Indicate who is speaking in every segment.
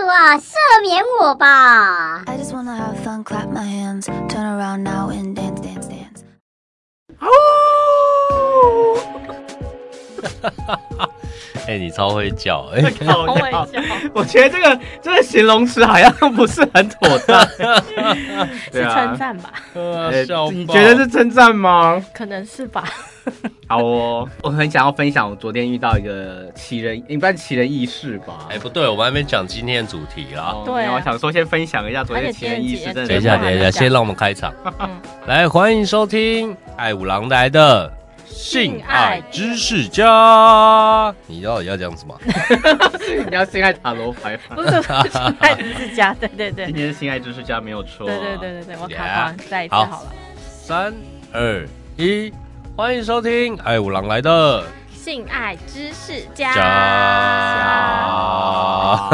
Speaker 1: 啊，赦免我吧！
Speaker 2: I just wanna have fun, clap my hands, turn around now and dance, dance, dance.
Speaker 3: 哦
Speaker 4: 哎、你超会叫哎、
Speaker 3: 好搞
Speaker 5: 好搞
Speaker 3: 笑
Speaker 5: 笑，
Speaker 3: 我觉得这个这个形容词好像不是很妥当。
Speaker 5: 是
Speaker 3: 对
Speaker 5: 称
Speaker 3: 啊，
Speaker 5: 赞吧？
Speaker 4: 呃笑爆
Speaker 3: 你觉得是称赞吗？
Speaker 5: 可能是吧。
Speaker 3: 好哦，我很想要分享，我昨天遇到一个奇人，应该是奇人异事吧。
Speaker 4: 哎、不对，我们还没讲今天的主题啦。
Speaker 3: 哦
Speaker 5: 对啊
Speaker 3: 没有我想说先分享一下昨天的
Speaker 5: 而
Speaker 3: 奇
Speaker 5: 且
Speaker 3: 人异事，
Speaker 5: 今天
Speaker 3: 真的是
Speaker 4: 等一
Speaker 5: 节
Speaker 4: 下，
Speaker 5: 还
Speaker 4: 等
Speaker 5: 没
Speaker 4: 一下，
Speaker 5: 讲
Speaker 4: 先让我们开场。
Speaker 5: 嗯
Speaker 4: 来，欢迎收听爱五郎来的性爱知识家。你到底要讲什么？
Speaker 3: 你要性爱塔罗牌吗
Speaker 5: 不？是，不是爱之家，对对对
Speaker 3: 今，天是性爱知识家没有错。啊
Speaker 5: 对对对对对，我卡
Speaker 4: Yeah
Speaker 5: 关，再一次
Speaker 4: 好
Speaker 5: 好了。
Speaker 4: 三二一，欢迎收听爱五郎来的
Speaker 5: 性爱知识家，
Speaker 3: 啊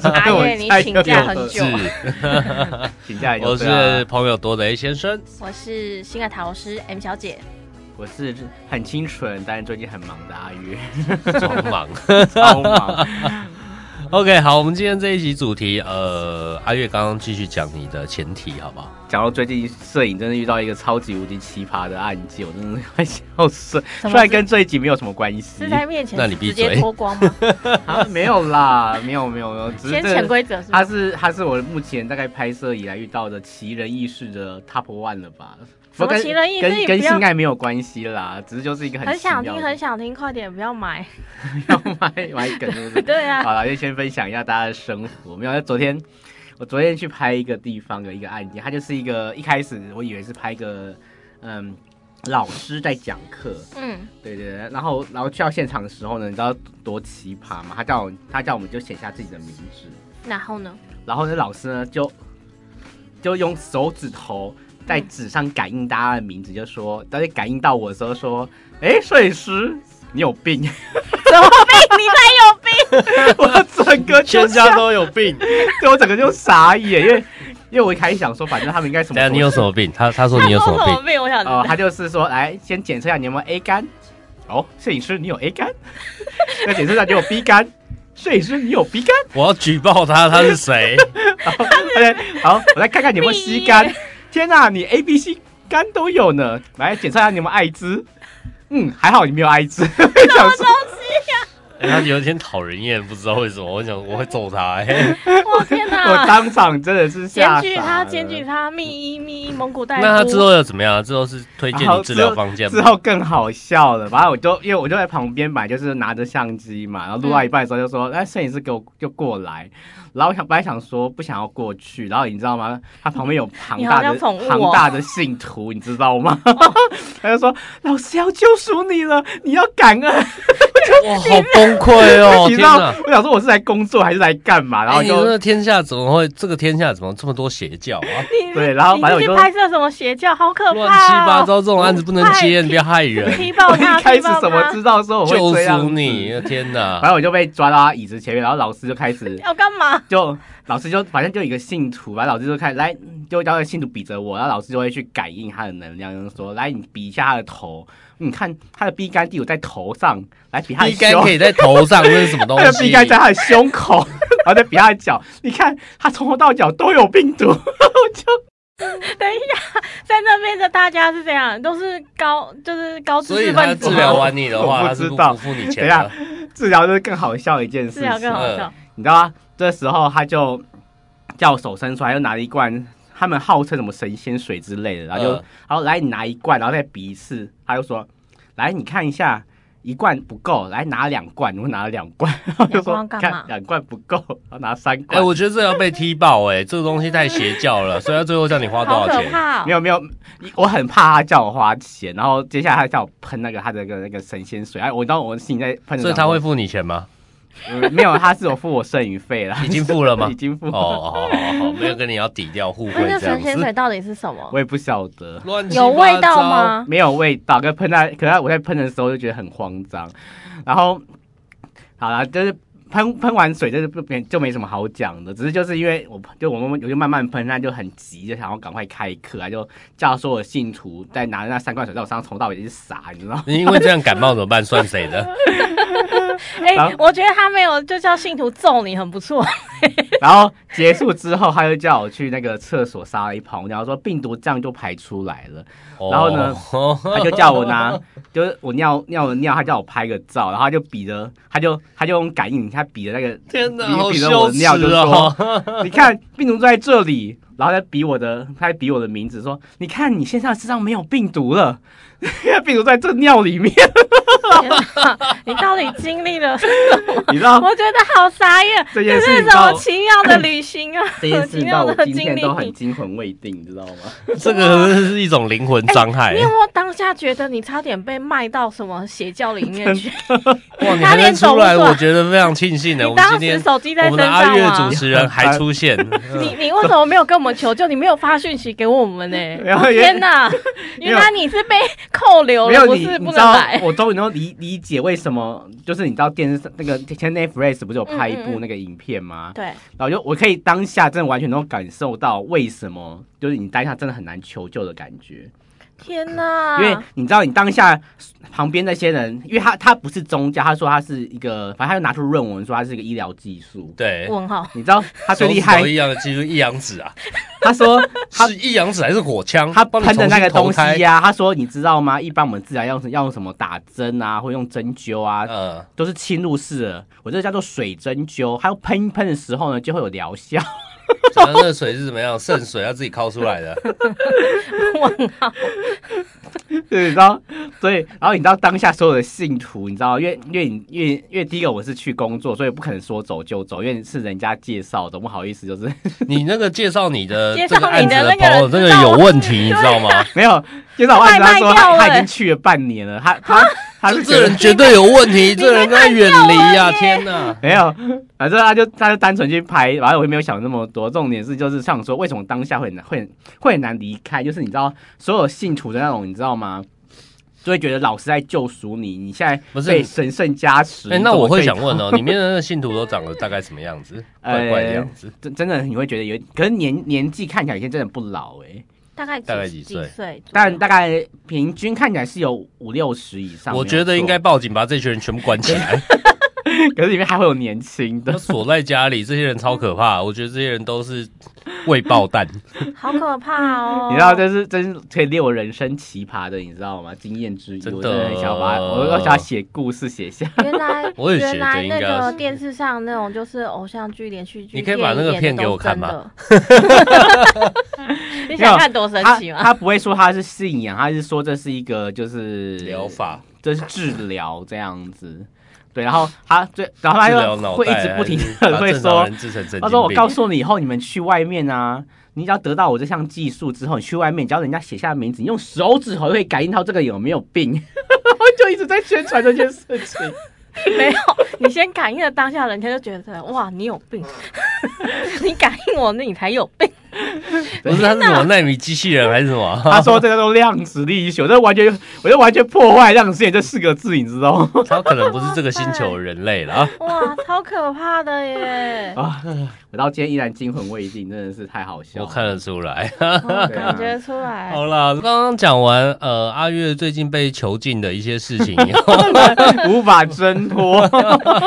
Speaker 4: 家。
Speaker 5: 阿
Speaker 3: 我
Speaker 5: 燕，你请假很久。
Speaker 4: 是，
Speaker 3: 请假已经
Speaker 4: 我
Speaker 3: 对啊
Speaker 4: 是朋友多的 A 先生。
Speaker 5: 我是性爱塔罗师 M 小姐，
Speaker 3: 我是很清纯，但是最近很忙的阿 月，
Speaker 4: 装忙。
Speaker 3: 超忙。
Speaker 4: OK，好，我们今天这一集主题，呃，阿月刚刚继续讲你的前提，好不好？
Speaker 3: 讲到最近摄影，真的遇到一个超级无敌奇葩的案件，我真的快笑死。
Speaker 5: 么
Speaker 3: 虽然跟这一集没有什么关系
Speaker 5: 是，在面前
Speaker 4: 那你闭
Speaker 5: 直
Speaker 4: 嘴
Speaker 5: 接脱光吗？
Speaker 3: 啊，没有啦，没有没有没有，只是
Speaker 5: 先
Speaker 3: 这个
Speaker 5: 潜规则是
Speaker 3: 它
Speaker 5: 吗？
Speaker 3: 是它是我目前大概拍摄以来遇到的奇人异事的 top one 了吧？
Speaker 5: 什么
Speaker 3: 跟
Speaker 5: 奇人异事
Speaker 3: 跟
Speaker 5: 你
Speaker 3: 跟
Speaker 5: 不要
Speaker 3: 性爱没有关系啦，只是就是一个
Speaker 5: 很
Speaker 3: 奇妙
Speaker 5: 想
Speaker 3: 的
Speaker 5: 听，很想听，快点，不要买。
Speaker 3: 要 买买梗是不是？
Speaker 5: 对啊
Speaker 3: 好了，就先分享一下大家的生活。没有，啊昨天我昨天去拍一个地方的一个案件，它就是一个一开始我以为是拍一个嗯老师在讲课，
Speaker 5: 嗯，
Speaker 3: 对对对，然后然后去到现场的时候呢，你知道多奇葩吗？他叫我他叫我们就写下自己的名字，
Speaker 5: 然后呢？
Speaker 3: 然后那老师呢就就用手指头在纸上感应大家的名字，就说，但是感应到我的时候说，哎、摄影师你有病，
Speaker 5: 什么病？你才有病！
Speaker 3: 我整个就
Speaker 4: 全
Speaker 3: 吓
Speaker 4: 家都有病。
Speaker 3: 对我整个就傻眼，因为因为我一开始想说，反正他们应该什
Speaker 4: 等
Speaker 3: 么时候？
Speaker 4: 一下你有什么病？他他说你有什
Speaker 5: 他
Speaker 4: 么
Speaker 5: 说
Speaker 4: 病？
Speaker 5: 病？我想知
Speaker 3: 哦
Speaker 5: 道，。
Speaker 3: 他就是说，来先检测一下你有没有 A 肝。哦，摄影师你有 A 肝，再检测一下你有 B 肝。摄影师你有 B 肝，
Speaker 4: 我要举报他，他是谁？
Speaker 3: 对，好，我再看看你有没有 C 肝
Speaker 5: 屁。
Speaker 3: 天哪、你 A、B、C 肝都有呢，来检测一下你有没有艾滋。嗯，还好你没有艾滋。 我想说，
Speaker 4: 哎他有点讨人厌，不知道为什么。我想我会揍他。哎
Speaker 5: 我天
Speaker 3: 我
Speaker 5: 哪！
Speaker 3: 当场真的是吓
Speaker 5: 检
Speaker 3: 傻
Speaker 5: 举
Speaker 3: 了
Speaker 5: 他，检举他，密一密一蒙古 带
Speaker 4: 那
Speaker 5: 夫。
Speaker 4: 他之后又怎么样？之后是推荐
Speaker 3: 然后
Speaker 4: 你治疗方向
Speaker 3: 之后更好笑了，反正我就因为我就在旁边嘛，就是拿着相机嘛，然后
Speaker 5: 嗯
Speaker 3: 录到一半的时候就说：“哎、摄影师给我就过来。”然后我想本来想说不想要过去，然后你知道吗？他旁边有庞大
Speaker 5: 你好
Speaker 3: 的、
Speaker 5: 像宠物哦
Speaker 3: 庞大的信徒，你知道吗？ 他就说：“老师要救赎你了，你要感恩。
Speaker 4: 哇，好崩溃 哦！
Speaker 3: 你
Speaker 4: 天
Speaker 3: 知道
Speaker 4: 哪！，
Speaker 3: 我想说我是来工作还是来干嘛？然后
Speaker 4: 哎，你
Speaker 3: 就、
Speaker 4: 说这天下怎么会这个天下怎么这么多邪教 啊？
Speaker 5: 你
Speaker 3: 对然后
Speaker 5: 你
Speaker 3: 反正我
Speaker 5: 去
Speaker 3: 就
Speaker 5: 拍摄什么邪教，好可怕！
Speaker 4: 乱七八。糟这
Speaker 3: 哦
Speaker 4: 种案子不能接，
Speaker 5: 哎
Speaker 4: 你不要害人。
Speaker 5: 踢爆
Speaker 3: 我
Speaker 5: 他！
Speaker 3: 一开
Speaker 5: 踢
Speaker 3: 始
Speaker 5: 爆
Speaker 3: 怎么
Speaker 5: 他！
Speaker 3: 知道说我会
Speaker 4: 救
Speaker 3: 这样
Speaker 4: 赎
Speaker 3: 子？
Speaker 4: 你！哎天
Speaker 3: 反
Speaker 4: 哪！
Speaker 3: 正我就被抓到他椅子前面，然后老师就开始
Speaker 5: 要干嘛？
Speaker 3: 就老师就反正就有一个信徒吧，老师就开来嗯就叫信徒比着我，然后老师就会去感应他的能量，就说来你比一下他的头，你看他的 B 肝地有在头上，来比他 的
Speaker 4: 一杆
Speaker 3: 胸
Speaker 4: 可，以在头上，这是什么东
Speaker 3: 他 的 B
Speaker 4: 西？
Speaker 3: 肝在他的胸口，然后再比他的脚，你看他从头到脚都有病 毒，
Speaker 5: 等一下，在那边的大家是这样，都是高，就是高知
Speaker 4: 所以
Speaker 5: 识
Speaker 4: 他
Speaker 5: 分子哦
Speaker 4: 治
Speaker 5: 吗。
Speaker 4: 疗完你的
Speaker 3: 我
Speaker 4: 话，
Speaker 3: 不
Speaker 4: 他是不
Speaker 3: 知道
Speaker 4: 不付你
Speaker 3: 等
Speaker 4: 钱
Speaker 3: 一下
Speaker 4: 的。
Speaker 3: 治疗就是更好笑的一件事
Speaker 5: 治
Speaker 3: 情
Speaker 5: 疗，更好笑。
Speaker 3: 你知道吗？这时候他就叫我手伸出来，又拿了一罐他们号称什么神仙水之类的，然后就
Speaker 4: 嗯
Speaker 3: 然后来你拿一罐，然后再比一次，他就说来你看一下。一罐不够，来拿两罐，我拿了两罐， 然后就说
Speaker 5: 两罐干嘛
Speaker 3: 看两罐不够，然后拿三
Speaker 4: 哎、
Speaker 3: 罐。
Speaker 4: 我觉得这要被踢爆哎、这个东西太邪教了，所以他最后叫你花多
Speaker 5: 好
Speaker 4: 少
Speaker 5: 可
Speaker 4: 钱？
Speaker 5: 怕、
Speaker 3: 没
Speaker 5: 哦！
Speaker 3: 有没有，我很怕他叫我花钱，然后接下来他叫我喷那个他的那个那个神仙水，哎，我当我心里在喷的时
Speaker 4: 所
Speaker 3: 候。
Speaker 4: 以他会付你钱吗？
Speaker 3: 嗯没有，他是有付我剩余费了，
Speaker 4: 已经付了吗
Speaker 3: 已经付
Speaker 4: 哦，
Speaker 3: 了，
Speaker 4: 好好好好，没有跟你要抵掉互惠
Speaker 5: 哎那个
Speaker 4: 这样
Speaker 5: 神仙水
Speaker 4: 子。
Speaker 5: 到底是什么？
Speaker 3: 我也不晓得。
Speaker 4: 乱七八糟
Speaker 5: 有味道？吗？
Speaker 3: 没有味道，跟喷在，可是我在喷的时候就觉得很慌张，然后好了，就是喷喷完水就是不没就没什么好讲的，只是就是因为我就我慢慢我就慢慢喷，他就很急，就想要赶快开课，啊，就叫所有信徒在 拿着那三罐水在我身上从头到尾就是洒，你知道吗？
Speaker 4: 你因为这样感冒怎么办？算谁的？
Speaker 5: 哎、
Speaker 3: 然后
Speaker 5: 我觉得他没有就叫信徒揍你很 不错。
Speaker 3: 然后结束之后，他就叫我去那个厕所撒了一泡尿，说病毒这样就排出来了。 然后呢
Speaker 4: 哦，
Speaker 3: 他就叫我拿，就是我尿尿了尿，他叫我拍个照，然后他就比着，他就他就用感应，他比着那个，
Speaker 4: 天哪，
Speaker 3: 比
Speaker 4: 好
Speaker 3: 比着
Speaker 4: 羞
Speaker 3: 我
Speaker 4: 耻
Speaker 3: 尿就
Speaker 4: 哦！
Speaker 3: 你看病毒在这里，然后再比我的，他还比我的名字说，你看你现在身上没有病毒了， 因为病毒在这尿里 面，
Speaker 5: 天哪你到底经历了？
Speaker 3: 你知道
Speaker 5: 我觉得好傻眼，
Speaker 3: 这
Speaker 5: 这
Speaker 3: 件事
Speaker 5: 是
Speaker 3: 情
Speaker 5: 什么
Speaker 3: 到
Speaker 5: 奇妙的旅行啊！
Speaker 3: 这件事
Speaker 5: 奇
Speaker 3: 情到
Speaker 5: 妙
Speaker 3: 我
Speaker 5: 的
Speaker 3: 今
Speaker 5: 经
Speaker 3: 天都很
Speaker 5: 历。
Speaker 3: 惊魂未定，你知道吗？
Speaker 4: 这个是一种灵魂伤害
Speaker 5: 哎你。有没有当下觉得你差点被卖到什么邪教里 面去？
Speaker 4: 哇，你
Speaker 5: 他
Speaker 4: 还
Speaker 5: 连
Speaker 4: 能出来，
Speaker 5: 走路
Speaker 4: 我觉得非常庆幸的。我
Speaker 5: 你
Speaker 4: 们
Speaker 5: 当
Speaker 4: 今
Speaker 5: 时
Speaker 4: 天
Speaker 5: 手机在
Speaker 4: 我
Speaker 5: 身
Speaker 4: 们的阿
Speaker 5: 上啊
Speaker 4: 月
Speaker 5: 吗
Speaker 4: 主？持人还 出现，
Speaker 5: 你你为什么没有跟我们求救？你没有发讯息给 我们呢、哦
Speaker 3: 然后也
Speaker 5: 天哪！
Speaker 3: 没有
Speaker 5: 原来你是被扣留
Speaker 3: 没
Speaker 5: 了，
Speaker 3: 有
Speaker 5: 不
Speaker 3: 你，你
Speaker 5: 是不
Speaker 3: 知
Speaker 5: 能
Speaker 3: 道
Speaker 5: 来。
Speaker 3: 我终于能理理解为什么，就是你知道电视上那个前 Netflix 不是有拍一
Speaker 5: 嗯嗯
Speaker 3: 部
Speaker 5: 嗯
Speaker 3: 那个影片吗？
Speaker 5: 对，
Speaker 3: 然后就我可以当下真的完全能够感受到为什么，就是你当下真的很难求救的感觉，
Speaker 5: 天哪！
Speaker 3: 因为
Speaker 4: 啊
Speaker 3: 你知道你当下旁边那些人，因为他他不是宗教，他说他是一个，反正他就拿出论文说他是一个医疗技术。
Speaker 4: 对，
Speaker 5: 问号，
Speaker 3: 你知道他
Speaker 4: 他
Speaker 3: 最厉 害，
Speaker 4: 一样的技术，一阳指啊，
Speaker 3: 他说他
Speaker 4: 是一阳指还是火枪？
Speaker 3: 他
Speaker 4: 帮你
Speaker 3: 喷的那个
Speaker 4: 重
Speaker 3: 东
Speaker 4: 新投胎
Speaker 3: 西，呀、他说你知道吗？一般我们治疗用要用什么打针啊，或用针灸啊，
Speaker 4: 呃，
Speaker 3: 都是侵入式的，我这个叫做水针灸，它要喷一喷的时候呢，就会有疗效。
Speaker 4: 然后那个水是怎么样？圣水要自己抠出来的。
Speaker 3: 对，你知道，所以然后你知道当下所有的信徒，你知道，因为因为你因为因为第一个我是去工作，所以不可能说走就走，因为是人家介绍的，不好意思，就是
Speaker 4: 你那个介绍你的
Speaker 5: 介
Speaker 4: 这
Speaker 5: 绍
Speaker 4: 个案
Speaker 5: 你
Speaker 4: 子
Speaker 5: 的那个
Speaker 4: 朋友，
Speaker 5: 人
Speaker 4: 这
Speaker 5: 知
Speaker 4: 个
Speaker 5: 道
Speaker 4: 有
Speaker 5: 吗啊
Speaker 4: 问题，你知道吗？
Speaker 3: 没有介绍案子，他说
Speaker 5: 快卖掉
Speaker 3: 他
Speaker 5: 了
Speaker 3: 他已经去了半年了，他他他是觉
Speaker 4: 这
Speaker 3: 得
Speaker 4: 人绝对有问题，这人该远离呀！
Speaker 5: 你被按掉了耶
Speaker 4: 天哪！
Speaker 5: 啊
Speaker 3: 没有，反正他就他就单纯去拍，然后我也没有想那么多。重点是就是像说，为什么当下会很难会很会很难离开？就是你知道所有信徒的那种，你知道吗？就会觉得老师在救赎你，你现在
Speaker 4: 不是
Speaker 3: 被神圣加持。
Speaker 4: 哎、
Speaker 3: 你
Speaker 4: 那
Speaker 3: 怎么
Speaker 4: 我会
Speaker 3: 可以
Speaker 4: 想问 哦，里面的信徒都长得大概什么样子？怪
Speaker 3: 哎
Speaker 4: 怪的样子，
Speaker 3: 真真的你会觉得有，可是年年纪看起来现在真的不老哎、
Speaker 5: 大概
Speaker 4: 大概几
Speaker 5: 几
Speaker 4: 岁
Speaker 5: 岁？
Speaker 3: 但大概平均看起来是有五六十以上。
Speaker 4: 我
Speaker 3: 没有
Speaker 4: 觉得
Speaker 3: 错
Speaker 4: 应该，报警把这群人全部关起 来，
Speaker 3: 可是里面还会有年轻
Speaker 4: 都
Speaker 3: 的。
Speaker 4: 锁在家里。这些人超可怕，我觉得这些人都是未爆弹。
Speaker 5: 好可怕 哦！
Speaker 3: 你知道，这是这是可以列我人生奇葩的，你知道吗？经验之一，
Speaker 4: 真的
Speaker 3: 我真的很想要把它，我我想要写故事写下。
Speaker 5: 原来
Speaker 4: 我也觉得
Speaker 5: 原来那
Speaker 4: 应该
Speaker 5: 个
Speaker 4: 是
Speaker 5: 电视上那种就是偶像剧、连续剧，
Speaker 4: 你可以把那个片给我看吗
Speaker 5: 吗？ 你想看多神
Speaker 3: 他
Speaker 5: 奇吗？
Speaker 3: 他不会说他是信仰，他是说这是一个就是
Speaker 4: 疗，法，
Speaker 3: 这是治疗这样子。对，然后他最，然后他
Speaker 4: 治疗脑
Speaker 3: 又
Speaker 4: 袋，
Speaker 3: 哎会一直不停
Speaker 4: 还
Speaker 3: 的
Speaker 4: 是把
Speaker 3: 会
Speaker 4: 正常
Speaker 3: 说
Speaker 4: 人，治成神
Speaker 3: 他说
Speaker 4: 经
Speaker 3: 我
Speaker 4: 病。
Speaker 3: 告诉你，以后你们去外面啊，你只要得到我这项技术之后，你去外面，只要人家写下名字，你用手指头会感应到这个有没有病。 我就一直在宣传这件事情，
Speaker 5: 没有，你先感应了当下，人家就觉得哇，你有病，
Speaker 4: 嗯
Speaker 5: 你感应我，那你才有病。
Speaker 4: 不是他是什么纳米机器人还是什 么？
Speaker 3: 他说这个都量子力学，这完全，我就完全破坏量子力学这四个字，你知道吗？
Speaker 4: 他可能不是这个星球的人类了啊！
Speaker 5: 哇，超可怕 的耶！
Speaker 3: 啊， 我到今天依然惊魂未定，真的是太好 笑了。
Speaker 4: 我看得出 来。
Speaker 5: 哦
Speaker 3: 对啊
Speaker 5: 感 觉出来，
Speaker 4: 好啦，刚刚讲完呃阿月最近被囚禁的一些事情以后，
Speaker 3: 无法挣脱。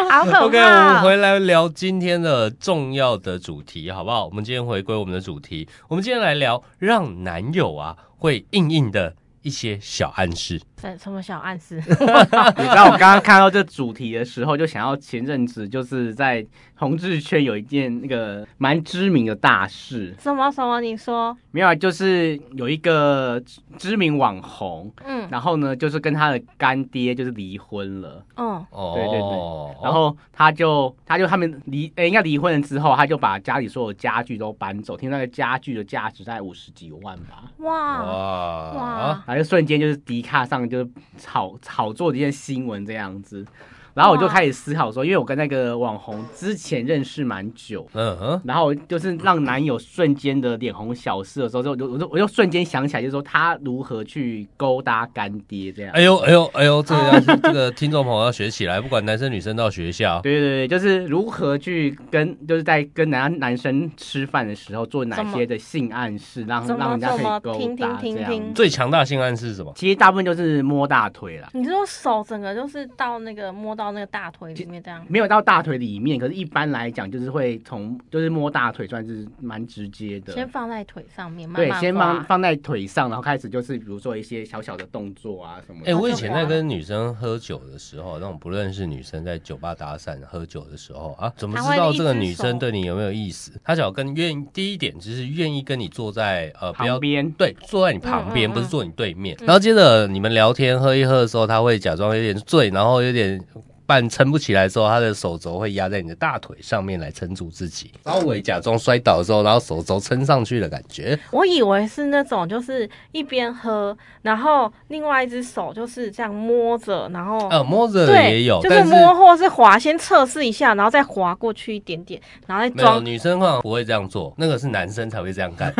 Speaker 5: 好可
Speaker 4: OK，我们
Speaker 5: 怕。
Speaker 4: 回来聊今天的重要的主题，好不好？我们今天回归我们的主题，我们今天来聊让男友啊会硬硬的一些小暗示。
Speaker 5: 什什么小暗示？
Speaker 3: 你知道我刚刚看到这主题的时候，就想要前阵子就是在同志圈有一件那个蛮知名的大事，
Speaker 5: 什么什么？你说？
Speaker 3: 没有啊，就是有一个知名网红，
Speaker 5: 嗯
Speaker 3: 然后呢，就是跟他的干爹就是离婚了，
Speaker 5: 嗯，
Speaker 4: 哦，
Speaker 3: 对对然后他就他就他们离诶、应该离婚了之后，他就把家里所有家具都搬走，听说那个家具的价值在五十几万吧。
Speaker 5: 哇
Speaker 4: 哇
Speaker 5: 哇，
Speaker 3: 然后就瞬间就是迪卡上就是炒炒作的一件新闻这样子，然后我就开始思考说，因为我跟那个网红之前认识蛮久，
Speaker 4: 嗯哼，
Speaker 3: 然后就是让男友瞬间的脸红小事的时候，就我就我就我就瞬间想起来，就是说他如何去勾搭干爹这样。
Speaker 4: 哎呦哎呦哎呦，这个要是这个听众朋友要学起来，不管男生女生都要学一下哦。
Speaker 3: 对对对，就是如何去跟，就是在跟男男生吃饭的时候做哪些的性暗示，让
Speaker 5: 怎么
Speaker 3: 让人家可以
Speaker 5: 怎么
Speaker 3: 勾
Speaker 5: 听
Speaker 3: 搭这
Speaker 5: 听听
Speaker 3: 样
Speaker 5: 听。
Speaker 4: 最强大性暗示是什么？
Speaker 3: 其实大部分就是摸大腿啦，
Speaker 5: 你说手整个就是到那个摸到那个大腿里面这样。
Speaker 3: 没有到大腿里面，可是一般来讲就是会从就是摸大腿算是蛮直接的。
Speaker 5: 先放啊在腿上面，慢
Speaker 3: 对
Speaker 5: 慢，
Speaker 3: 先
Speaker 5: 滑
Speaker 3: 放放在腿上，然后开始就是比如说一些小小的动作啊什么
Speaker 5: 嗯
Speaker 4: 哎、
Speaker 3: 的。
Speaker 4: 我以前在跟女生喝酒的时候，那种不认识女生在酒吧打伞喝酒的时候啊，怎么知道这个女生对你有没有意思？她只要跟愿意，第一点就是愿意跟你坐在呃不要
Speaker 3: 旁边
Speaker 4: 对坐在你旁边，
Speaker 5: 嗯嗯嗯
Speaker 4: 不是坐你对面。然后接着你们聊天喝一喝的时候，她会假装有点醉，然后有点。半撑不起来的时候，她的手肘会压在你的大腿上面来撑住自
Speaker 5: 嗯
Speaker 4: 己，稍微假装摔倒的时候，然后手肘撑上去的感觉。
Speaker 5: 我以为是那种，就是一边喝，然后另外一只手就是这样摸着，然后、
Speaker 4: 呃，摸着的
Speaker 5: 哦对，
Speaker 4: 也有，
Speaker 5: 就
Speaker 4: 但
Speaker 5: 摸或是滑，先测试一下，然后再滑过去一点点，然后再
Speaker 4: 没有，
Speaker 5: 装。
Speaker 4: 女生通常不会这样做，那个是男生才会这样 干，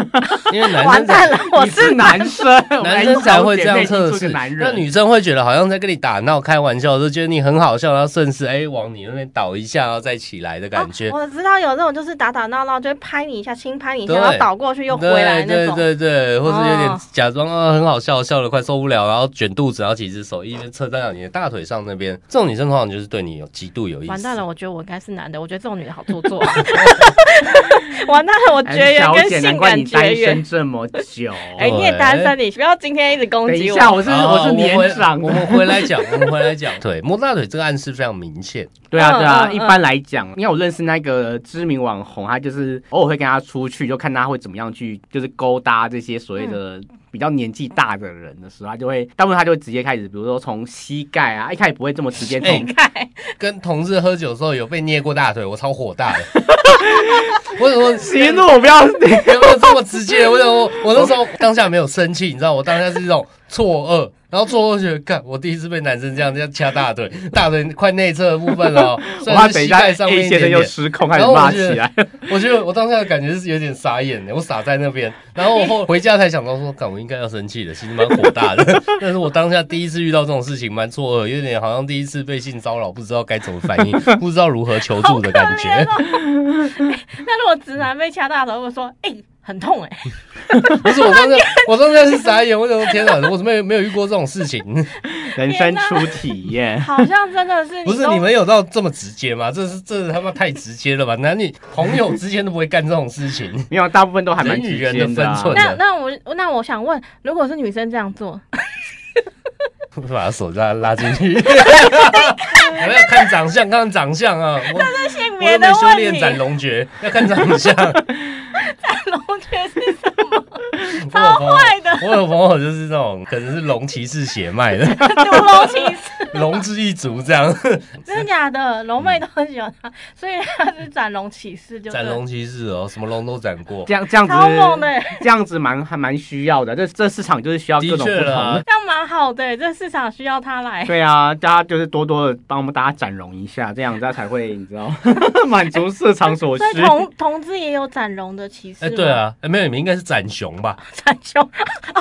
Speaker 4: 因为男
Speaker 5: 完
Speaker 4: 生
Speaker 5: 蛋
Speaker 4: 才
Speaker 5: 了，我
Speaker 3: 你是男生，
Speaker 4: 男生才会这样测
Speaker 3: 出
Speaker 4: 试。
Speaker 3: 男
Speaker 4: 那
Speaker 3: 人，
Speaker 4: 女生会觉得好像在跟你打闹、开玩笑，就觉得你很好笑，然后顺势哎往你那边倒一下，然后再起来的感觉。
Speaker 5: 哦我知道有那种就是打打闹闹，就会拍你一下，轻拍你一下，
Speaker 4: 对
Speaker 5: 然后倒过去又回来那
Speaker 4: 对
Speaker 5: 种。
Speaker 4: 对对对，或是有点
Speaker 5: 哦
Speaker 4: 假装啊、很好笑，笑的快受不了，然后卷肚子，然后几只手一边侧站到你的大腿上那边，这种女生通常就是对你有极度有意思。
Speaker 5: 完蛋了，我觉得我应该是男的，我觉得这种女的好做 作。 完蛋了，我
Speaker 3: 哎
Speaker 5: 绝缘
Speaker 3: 小
Speaker 5: 跟
Speaker 3: 姐，
Speaker 5: 性
Speaker 3: 难怪
Speaker 5: 感
Speaker 3: 你
Speaker 5: 绝
Speaker 3: 单
Speaker 5: 缘
Speaker 3: 身。这么久。
Speaker 5: 哎，你也单身，你不要今天一直攻
Speaker 3: 等
Speaker 5: 击
Speaker 3: 一
Speaker 5: 我。
Speaker 3: 下，我是
Speaker 4: 好
Speaker 3: 我是年长
Speaker 4: 啊哦我
Speaker 3: 的，
Speaker 4: 们回来讲，我们回来讲，对，摸大腿这个暗示非常明显。
Speaker 3: 对啊，对啊，
Speaker 5: 嗯嗯
Speaker 3: 一般来讲，因为我认识那个知名网红，他就是偶尔会跟他出去，就看他会怎么样去，就是勾搭这些所谓的
Speaker 5: 嗯
Speaker 3: 比较年纪大的人的时候，他就会，大部分他就会直接开始，比如说从膝盖啊，一开始不会这么直接从，
Speaker 4: 哎
Speaker 5: 看，
Speaker 4: 跟同事喝酒的时候有被捏过大腿， 我超火 大的。我我
Speaker 3: 息怒，我不要，
Speaker 4: 有没有这么直接？我我我那时候当下没有生气，你知道，我当下是一种错愕，然后错愕觉得，干，我第一次被男生这样这样掐大腿，大腿快内侧的部分了，哦
Speaker 3: 我
Speaker 4: 虽
Speaker 3: 怕
Speaker 4: 然是
Speaker 3: 等一
Speaker 4: 膝
Speaker 3: 下
Speaker 4: 盖上面
Speaker 3: A
Speaker 4: 一
Speaker 3: 先
Speaker 4: 点
Speaker 3: 生又
Speaker 4: 点。
Speaker 3: 失控，开始
Speaker 4: 然后我
Speaker 3: 骂
Speaker 4: 就
Speaker 3: 起 来。
Speaker 4: 我觉得我当下的感觉是有点傻眼的，我傻在那边，然后我 后回家才想到说，干，我应该要生气的，其实蛮火大的。 但是我当下第一次遇到这种事情，蛮错愕，有点好像第一次被性骚扰，不知道该怎么反 应，不知道如何求助的感 觉。
Speaker 5: 哦哎
Speaker 3: 啊
Speaker 5: 那如果直男被掐大头，会说：“哎、很 痛哎、。
Speaker 4: 不是我当时，我当时是傻眼，我想说天哪，我怎么没有没有遇过这种事情？
Speaker 3: 人生初体验。
Speaker 5: 好像真的是
Speaker 4: 不是
Speaker 5: 都
Speaker 4: 你们有到这么直接吗？这是这是他妈太直接了吧？男女朋友之间都不会干这种事情
Speaker 3: 没有，大部分都还蛮
Speaker 4: 人
Speaker 3: 直
Speaker 4: 与人
Speaker 3: 接
Speaker 4: 的
Speaker 3: 啊
Speaker 4: 分寸
Speaker 5: 那那我那我想问，如果是女生这样做，
Speaker 4: 把手拉拉进去，有 没有看长相？看长相啊！我
Speaker 5: 性
Speaker 4: 我
Speaker 5: 别
Speaker 4: 又
Speaker 5: 的
Speaker 4: 没修
Speaker 5: 问
Speaker 4: 炼
Speaker 5: 题，
Speaker 4: 斩龙诀，要看长 相。
Speaker 5: 龙觉是什么？
Speaker 4: 我有朋友
Speaker 5: 坏的，
Speaker 4: 我有朋友就是那种可能是龙骑士血脉的，
Speaker 5: 独龙骑士，
Speaker 4: 龙之一族这样。
Speaker 5: 真的假的？龙妹都很喜欢他，所以他是斩龙骑士就，
Speaker 4: 嗯斩龙。骑士哦，什么龙都斩过。
Speaker 3: 这样这样子
Speaker 5: 超猛的，欸
Speaker 3: 这样子蛮还蛮需要的。这这市场就是需
Speaker 5: 啊
Speaker 3: 要各
Speaker 4: 的
Speaker 3: 种不
Speaker 4: 确
Speaker 3: 同
Speaker 4: 啦
Speaker 3: 的，，
Speaker 5: 这样蛮好的、欸这市场需要他来。
Speaker 3: 对啊，大家就是多多的帮我们大家整容一下，这样大家才会你知道 满足市场所需
Speaker 5: 所。以同同志也有斩龙的骑士，
Speaker 4: 哎、对，啊，哎没有，你们应该是斩熊吧？
Speaker 5: 斩熊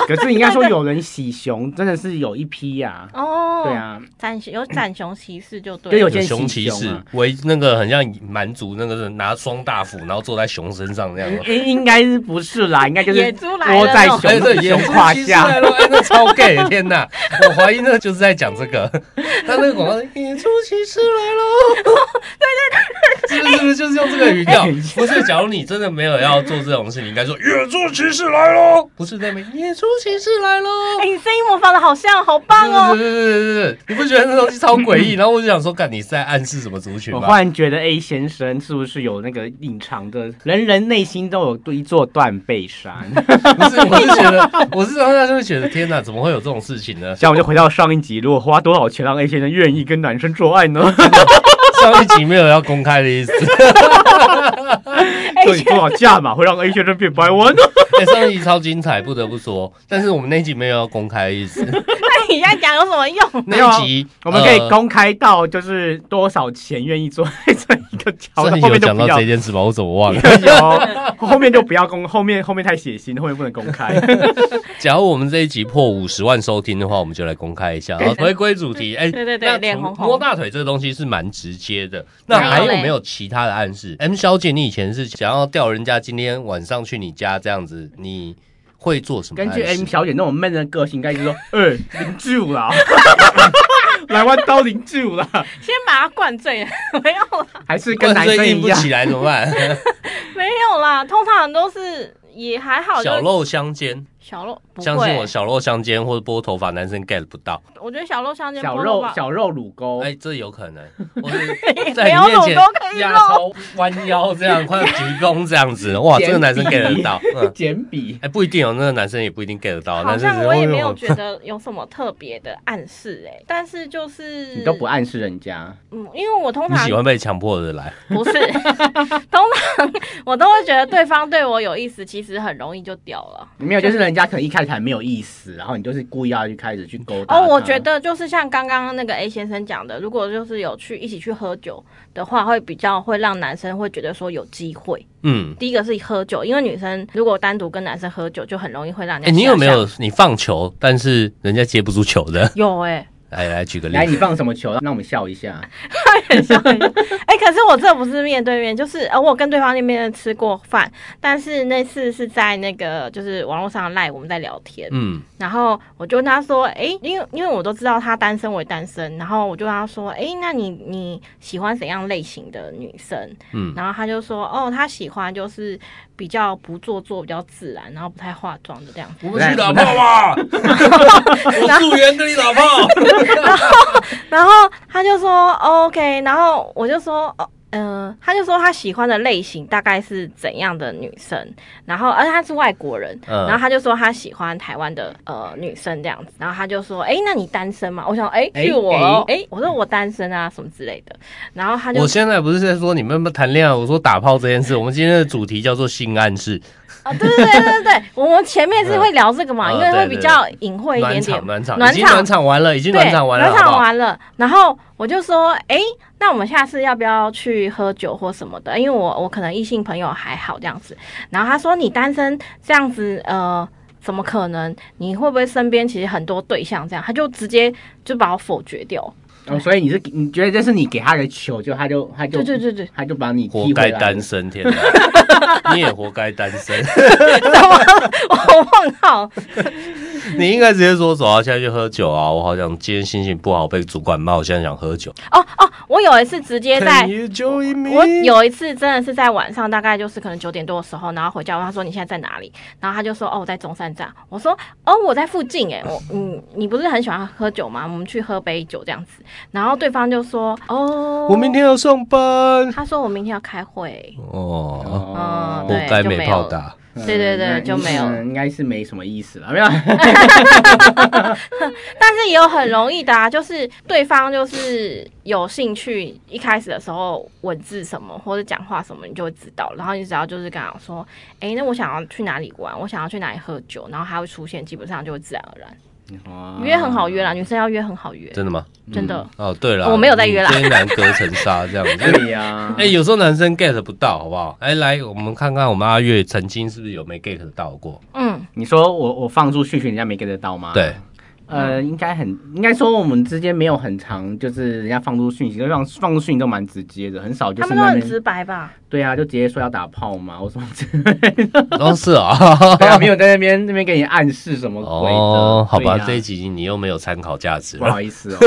Speaker 3: 可是应该说有人喜熊，真的是有一批呀、
Speaker 5: 哦，
Speaker 3: 对，啊，
Speaker 5: 斩熊有斩熊骑士就对了，
Speaker 3: 就有
Speaker 4: 有
Speaker 3: 些
Speaker 4: 熊骑
Speaker 3: 喜熊
Speaker 4: 士
Speaker 3: 啊，
Speaker 4: 围那个很像蛮族那个人拿双大斧，然后坐在熊身上那样。
Speaker 3: 应应该是不是啦？应该就是
Speaker 5: 野猪来了
Speaker 3: 窝在
Speaker 5: 那种
Speaker 4: 哎，对，
Speaker 3: 熊
Speaker 4: 也
Speaker 3: 熊
Speaker 4: 是
Speaker 3: 胯
Speaker 4: 骑士
Speaker 3: 下
Speaker 4: 来。了哎，那超 gay！的 天哪，我怀疑那就是在讲这个。他那个广告是“野猪骑士来喽”，对对对，是不是是不是就是用这个语调？不是，假如你真的没有要做这种事，你应该说“野猪骑士来喽”，不是在那边“野猪骑士来喽”。
Speaker 5: 哎、你声音模仿的好像，好棒
Speaker 4: 是
Speaker 5: 哦！
Speaker 4: 是是是是，你不觉得那东西超诡异？然后我就想说，干你是在暗示什么族群
Speaker 3: 我
Speaker 4: 吗
Speaker 3: 忽？然觉得 A 先生是不是有那个隐藏的，人人内心都有一座断背山？
Speaker 4: 不是，我是觉得，我是当下就会觉得，天哪，怎么会有这种事情呢？
Speaker 3: 这样我们就回到上一集，如果花多少钱让 A 先生愿意跟男生做爱呢？
Speaker 4: 上一集没有要公开的意思，
Speaker 5: 哎
Speaker 3: 到底多少价码会让 A 先生变白弯呢？
Speaker 4: 哎，上一集超精彩，不得不说。但是我们那一集没有要公开的 意思，
Speaker 5: 那你现在讲有什么用？
Speaker 3: 没
Speaker 4: 那
Speaker 3: 有啊
Speaker 4: 一集
Speaker 3: 我们可以
Speaker 4: 呃
Speaker 3: 公开到就是多少钱愿意做这一个桥段，
Speaker 4: 上一集
Speaker 3: 后
Speaker 4: 有
Speaker 3: 面就
Speaker 4: 讲
Speaker 3: 不
Speaker 4: 到
Speaker 3: 要
Speaker 4: 这。件事吧？我怎 么忘了？
Speaker 3: 有，后面就不要公，后面后面太血腥，后面不能公 开。
Speaker 4: 假如我们这一集破五十万收听的话，我们就来公开一下。好，回归主 题，哎、
Speaker 5: 对对对
Speaker 4: 那
Speaker 5: 脸
Speaker 4: 除
Speaker 5: 红红
Speaker 4: 摸大腿这个东西是蛮直接的。那
Speaker 5: 还有
Speaker 4: 还有
Speaker 5: 嘞
Speaker 4: 没有其他的暗示？M 小姐，你以前是想要钓人家今天晚上去你家这样子，你会做什么暗
Speaker 3: 根
Speaker 4: 示？
Speaker 3: 呃 据 M 小姐那种闷的个性，应该就是说，哎、欸，邻居啦，来弯刀零九啦，
Speaker 5: 先把他灌醉了， 没有啦，
Speaker 3: 还是跟男生
Speaker 4: 硬
Speaker 3: 一
Speaker 4: 不
Speaker 3: 样，
Speaker 4: 起来怎么办？
Speaker 5: 没有啦，通常都是也还 好，就
Speaker 4: 小肉相间，
Speaker 5: 小肉不
Speaker 4: 相信我，
Speaker 5: 会，
Speaker 4: 小肉相间或者拨头发，男生 get 不到。
Speaker 5: 我觉得小肉相间
Speaker 3: 小
Speaker 5: 不会
Speaker 3: 肉
Speaker 5: 吧
Speaker 3: 小肉乳沟，
Speaker 5: 哦
Speaker 4: 哎，这有可 能，我是在
Speaker 5: 没有
Speaker 4: 你面
Speaker 5: 乳
Speaker 4: 前
Speaker 5: 沟可以
Speaker 4: 压
Speaker 5: 露，
Speaker 4: 超弯腰这样，快要鞠躬这样子，哇，这个男生 get 得到，嗯，
Speaker 3: 简笔
Speaker 4: 哎，不一定哦，那个男生也不一定 get 得到，
Speaker 5: 好
Speaker 4: 男生
Speaker 5: 像
Speaker 4: 只是
Speaker 5: 我也
Speaker 4: 哦
Speaker 5: 没有
Speaker 4: 哟
Speaker 5: 觉得有什么特别的暗示哎、但是就 是
Speaker 3: 你都不暗示人家，
Speaker 5: 嗯，因为我通
Speaker 4: 你
Speaker 5: 常
Speaker 4: 喜欢被强迫的来，
Speaker 5: 不是， 通常我都会觉得对方对我有意思，其实很容易就掉了。
Speaker 3: 没有，就是人家可能一开始还没有意思，然后你就是故意要去开始去勾搭他。
Speaker 5: 哦，我觉得就是像刚刚那个 A 先生讲的，如果就是有去一起去喝酒的话，会比较会让男生会觉得说有机会。
Speaker 4: 嗯。
Speaker 5: 第一个是喝酒，因为女生如果单独跟男生喝酒，就很容易会让人
Speaker 4: 哎、
Speaker 5: 家
Speaker 4: 你有
Speaker 5: 想
Speaker 4: 没
Speaker 5: 象
Speaker 4: 有你放球，但是人家接不住球的？
Speaker 5: 有哎、
Speaker 4: 来来，举个例
Speaker 3: 来，
Speaker 4: 子
Speaker 3: 你，放什么球？让我们笑一下。
Speaker 5: 哎、可是我这不是面对面，就是呃，我跟对方那边吃过饭，但是那次是在那个就是网络上赖我们在聊天，
Speaker 4: 嗯，
Speaker 5: 然后我就跟他说，哎、因为因为我都知道他单身，我也单身，然后我就跟他说，哎、那你你喜欢怎样类型的女生？
Speaker 4: 嗯
Speaker 5: 然后他就说，哦，他喜欢就是比较不做作、比较自然，然后不太化妆的这样子。
Speaker 4: 我
Speaker 3: 们去打炮
Speaker 4: 吧，我素颜跟你打炮。
Speaker 5: 然后他就说、哦 OK，然后我就说哦。嗯、他就说他喜欢的类型大概是怎样的女生，然后呃而且他是外国人，
Speaker 4: 嗯
Speaker 5: 然后他就说他喜欢台湾的呃女生这样子，然后他就说，哎、那你单身吗？我想，哎、
Speaker 3: 哎
Speaker 5: 是我哦，哎、我说我单身啊，什么之类的，然后他就
Speaker 4: 我现在不是在说你们谈恋爱，我说打炮这件事。我们今天的主题叫做性暗示，
Speaker 5: 啊，对对对对对，我们前面是会聊这个嘛，
Speaker 4: 嗯
Speaker 5: 因为会比
Speaker 4: 对对对
Speaker 5: 较隐晦一点
Speaker 4: 暖
Speaker 5: 点
Speaker 4: 场，，暖场，
Speaker 5: 暖
Speaker 4: 已经
Speaker 5: 场
Speaker 4: 暖场完了，已经
Speaker 5: 对，
Speaker 4: 暖场完了，
Speaker 5: 暖
Speaker 4: 好
Speaker 5: 场
Speaker 4: 不好？
Speaker 5: 完了，然后我就说，哎、那我们下次要不要去喝酒或什么的？因为我我可能异性朋友还好这样子。然后他说，你单身这样子，呃，怎么可能？你会不会身边其实很多对象这样？他就直接就把我否决掉。
Speaker 3: 哦，所以你是你觉得这是你给他的球，就他就他就
Speaker 5: 对对对 对，
Speaker 3: 他就把你
Speaker 4: 活
Speaker 3: 踢
Speaker 4: 该
Speaker 3: 回来。
Speaker 4: 单身，天 哪！你也活该单身，
Speaker 5: 我问号，
Speaker 4: 你应该直接说走啊，现在去喝酒啊！我好想今天心情不好，被主管骂，我现在想喝酒。
Speaker 5: 哦哦，我有一次直接在
Speaker 4: Can。you join me？
Speaker 5: 我有一次真的是在晚上，大概就是可能九点多的时候，然后回家问他说你现在在哪里，然后他就说哦我在中山站，我说哦我在附近哎、我嗯你不是很喜欢喝酒吗？我们去喝杯酒这样子，然后对方就说哦
Speaker 4: 我明天要上班。
Speaker 5: 他说我明天要开会，
Speaker 4: 哦，
Speaker 5: 嗯
Speaker 4: 活
Speaker 5: 对
Speaker 4: 该
Speaker 5: 就
Speaker 4: 没
Speaker 5: 没
Speaker 4: 炮
Speaker 5: 有
Speaker 4: 打。
Speaker 5: 哦对对对
Speaker 3: 那
Speaker 5: 就没有
Speaker 3: 嗯应该是没什么意思了，没有。
Speaker 5: 但是也有很容易的啊，就是对方就是有兴趣，一开始的时候文字什么或者讲话什么，你就会知道。然后你只要就是跟他讲说，哎、那我想要去哪里玩，我想要去哪里喝酒，然后他会出现，基本上就会自然而然。
Speaker 3: 哦
Speaker 5: 约很好约啦，，女生要约很好约，
Speaker 4: 啊真的吗？
Speaker 5: 真的。
Speaker 4: 哦，对了，
Speaker 5: 我没有在约啦
Speaker 4: 你真难隔层纱这样子。
Speaker 3: 对呀
Speaker 4: 哎、。有时候男生 get 不到，好不好？哎、来，我们看看我们阿月曾经是不是有没 get 到过？
Speaker 5: 嗯，
Speaker 3: 你说我我放出讯息，人家没 get 得到
Speaker 5: 啊
Speaker 3: 吗？
Speaker 4: 对，
Speaker 3: 呃，应该很，应该说我们之间没有很长，就是人家放出讯息，就放放出讯息都蛮直接的，很少就
Speaker 5: 他
Speaker 3: 是
Speaker 5: 们都
Speaker 3: 那
Speaker 5: 很
Speaker 3: 边
Speaker 5: 直白吧？
Speaker 3: 对啊，就直接说要打炮嘛，我说
Speaker 4: 然后是啊、
Speaker 3: 对 啊，没有在那边那边给你暗示什么鬼的，
Speaker 4: 哦，好吧，
Speaker 3: 对啊
Speaker 4: 这一集你又没有参考价值
Speaker 3: 不
Speaker 4: 了。
Speaker 3: 好意思哦，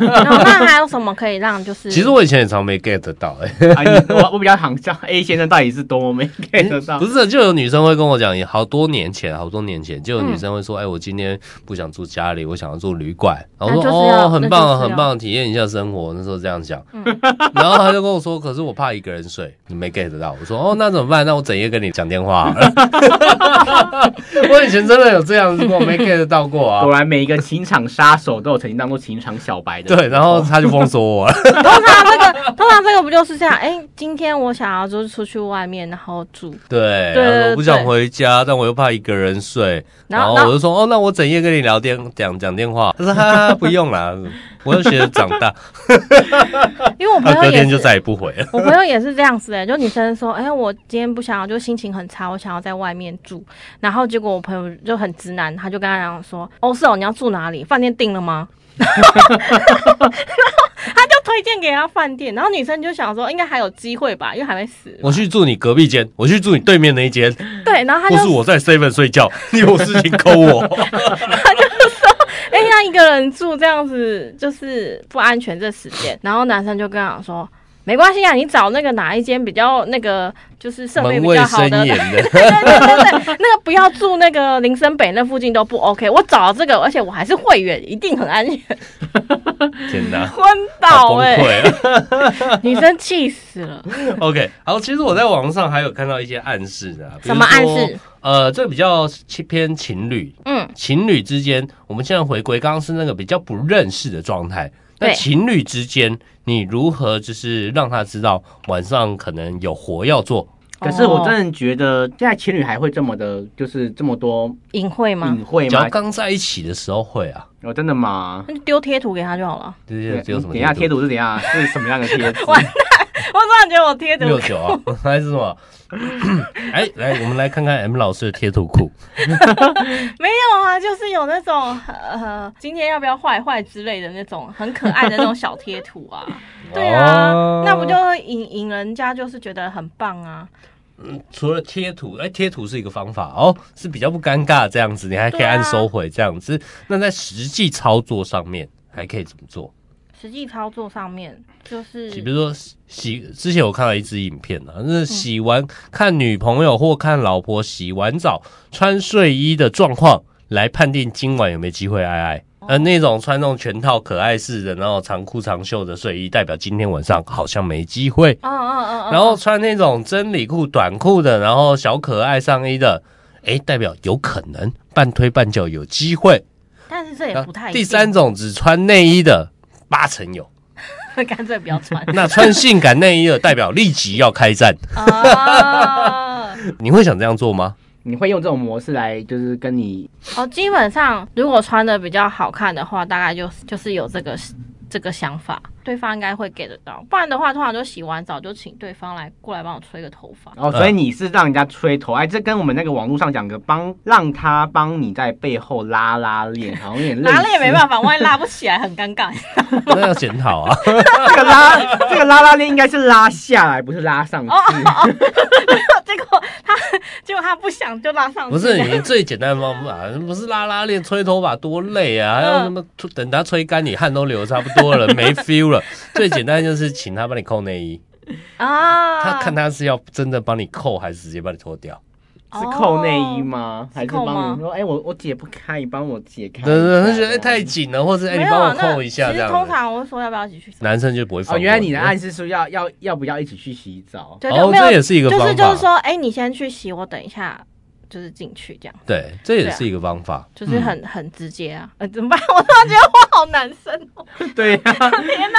Speaker 5: 然后那还有什么可以让就是？
Speaker 4: 其实我以前也常没 get 到、哎、
Speaker 3: 啊，你我我比较想知道 A 先生到底是多么没 get 得到
Speaker 4: 嗯不，是，就有女生会跟我讲，好多年前，好多年前，就有女生会
Speaker 3: 嗯
Speaker 4: 说，哎、我今天不想住家里，我想要住旅馆。然后我说，
Speaker 5: 那就是要嗯
Speaker 4: 哦，很
Speaker 5: 那
Speaker 4: 棒，
Speaker 5: 就是要
Speaker 4: 很棒，体验一下生活。那时候这样讲， 然后他就跟我说，可是我怕一个人睡，你没 get 到。我说，哦，那怎么办？那我整夜跟你讲电话 好了。我以前真的有这样子过，没 get 到过啊
Speaker 3: 果。然每一个情场杀手都有曾经当过情场小白的，
Speaker 4: 对，然后他就封锁我了。
Speaker 5: 通常这个，通常这个不就是这样？哎、今天我想要就是出去外面，然后住，
Speaker 4: 对，
Speaker 5: 对
Speaker 4: 然后我不想
Speaker 5: 对
Speaker 4: 回家，但我又怕一个人睡，
Speaker 5: 然
Speaker 4: 然后
Speaker 5: 后
Speaker 4: 我就说，哦，那我整夜跟你聊天，讲讲电话。他说，哈 哈，不用啦，我要学着长大。
Speaker 5: 因为我朋
Speaker 4: 他
Speaker 5: 友
Speaker 4: 隔
Speaker 5: 也
Speaker 4: 天
Speaker 5: 是
Speaker 4: 就。再也不回了。
Speaker 5: 我朋友也是这样子的、就女生说，哎、我今天不想要，就心情很差，我想要在外面住。然后结果我朋友就很直男，他就跟他讲说，哦，是哦，你要住哪里？饭店订了吗？ 然后他就推荐给他饭店，然后女生就想说，应该还有机会吧，因为还没死。
Speaker 4: 我去住你隔壁间，我去住你对面那一间，
Speaker 5: 对，然后他
Speaker 4: 或
Speaker 5: 就是
Speaker 4: 我在 seven 睡觉，你有事情扣我。
Speaker 5: 哎、那一个人住这样子就是不安全这时间。然后男生就跟他讲说，没关系啊，你找那个哪一间比较那个就是设备
Speaker 4: 门
Speaker 5: 比
Speaker 4: 卫
Speaker 5: 较好
Speaker 4: 森
Speaker 5: 的。
Speaker 4: 严的，
Speaker 5: 对对对对，对那个不要住那个林森北那附近都不 OK。我找了这个，而且我还是会员，一定很安全。
Speaker 4: 天哪，
Speaker 5: 昏
Speaker 4: 好
Speaker 5: 倒
Speaker 4: 崩
Speaker 5: 哎、
Speaker 4: 溃啊！
Speaker 5: 女生气死了。
Speaker 4: OK，好，其实我在网上还有看到一些暗示的、啊，比如
Speaker 5: 什么暗
Speaker 4: 说
Speaker 5: 示？
Speaker 4: 呃，这比较偏情侣，
Speaker 5: 嗯，
Speaker 4: 情侣之间，我们现在回归刚刚是那个比较不认识的状态。那
Speaker 5: 对
Speaker 4: 情侣之间，你如何就是让他知道晚上可能有活要做？
Speaker 3: 可是我
Speaker 5: 哦
Speaker 3: 真的觉得，现在情侣还会这么的，就是这么多
Speaker 5: 隐晦吗？
Speaker 3: 隐晦
Speaker 4: 只要
Speaker 3: 吗？
Speaker 4: 刚在一起的时候会啊，
Speaker 3: 哦，真的吗？
Speaker 5: 那就丢贴图给他就好了。
Speaker 4: 就是只有什么
Speaker 3: 等一下嗯贴图是怎样？啊是什么样的 贴图？
Speaker 5: 我突然觉得我贴图
Speaker 4: 六九啊， 还是什么？ 哎，来，我们来看看 M 老师的贴图库。
Speaker 5: 没有啊，就是有那种呃，今天要不要坏坏之类的那种很可爱的那种小贴图啊。 对啊
Speaker 4: 哦，
Speaker 5: 那不就会引引人家就是觉得很棒啊？
Speaker 4: 除了贴图，哎，贴图是一个方法哦，是比较不尴尬这样子，你还可以
Speaker 5: 对啊
Speaker 4: 按收回这样子。那在实际操作上面还可以怎么做？
Speaker 5: 实际操作上面就是
Speaker 4: 洗比如说洗洗，之前我看了一支影片啊，那洗完看女朋友或看老婆洗完澡穿睡衣的状况来判定今晚有没有机会爱爱。呃，那种穿那种全套可爱式的，然后长裤长袖的睡衣，代表今天晚上好像没机会。
Speaker 5: 嗯嗯嗯嗯，
Speaker 4: 然后穿那种真理裤、短裤的，然后小可爱上衣的，诶，代表有可能半推半就有机会。
Speaker 5: 但是这也不太一定
Speaker 4: 第三，种只穿内衣的，八成有。
Speaker 5: 干脆不要穿
Speaker 4: 那穿性感内衣的代表立即要开战，
Speaker 5: 啊。
Speaker 4: 你会想这样做吗？
Speaker 3: 你会用这种模式来，就是跟你
Speaker 5: 哦，基本上如果穿的比较好看的话，大概就是就是有这个这个想法，对方应该会给得到。不然的话，通常就洗完澡就请对方来过来帮我吹个头发。
Speaker 4: 嗯
Speaker 3: 哦，所以你是让人家吹头，哎，这跟我们那个网络上讲的帮让他帮你在背后拉拉链，好像有点类似。
Speaker 5: 拉了也没办法，万一拉不起来很尴 尬。
Speaker 4: 那要检讨 啊！
Speaker 3: 这个拉这个拉拉链应该是拉下来，不是拉上去。
Speaker 5: 结果他结果他不想就拉上去，
Speaker 4: 不是你最简单的方法，不是拉拉链、吹头发多累
Speaker 5: 嗯
Speaker 4: 啊，还要那么等它吹干，你汗都流差不多了，没 feel 了。最简单就是请他帮你扣内衣，
Speaker 5: 啊，
Speaker 4: 他看他是要真的帮你扣，还是直接帮你脱掉？
Speaker 3: 是扣内衣吗？还是
Speaker 5: 哦扣
Speaker 3: 帮
Speaker 5: 吗
Speaker 3: 你说，哎、我我解不开，你帮我解开一下。
Speaker 4: 对对，他觉得
Speaker 3: 这
Speaker 4: 哎
Speaker 3: 样
Speaker 4: 太紧了，或者哎你
Speaker 5: 没有
Speaker 4: 帮我
Speaker 5: 啊，那
Speaker 4: 扣一下这
Speaker 5: 其实
Speaker 4: 样
Speaker 5: 通
Speaker 4: 子。
Speaker 5: 常我会说要不要一起去上
Speaker 4: 男生就不会放
Speaker 3: 哦，
Speaker 4: 过。哎
Speaker 3: 原来你的暗示是要要要不要一起去洗澡？
Speaker 5: 对，就
Speaker 4: 哦，
Speaker 5: 没有
Speaker 4: 这，也是一个方
Speaker 5: 就
Speaker 4: 法。
Speaker 5: 是就是说，哎，你先去洗，我等一下就是进去，这样
Speaker 4: 对，这
Speaker 5: 啊
Speaker 4: 也是一个方法。
Speaker 5: 就是很很直接啊。呃，怎么办？ 我突然觉得我好男生哦，
Speaker 3: 对呀、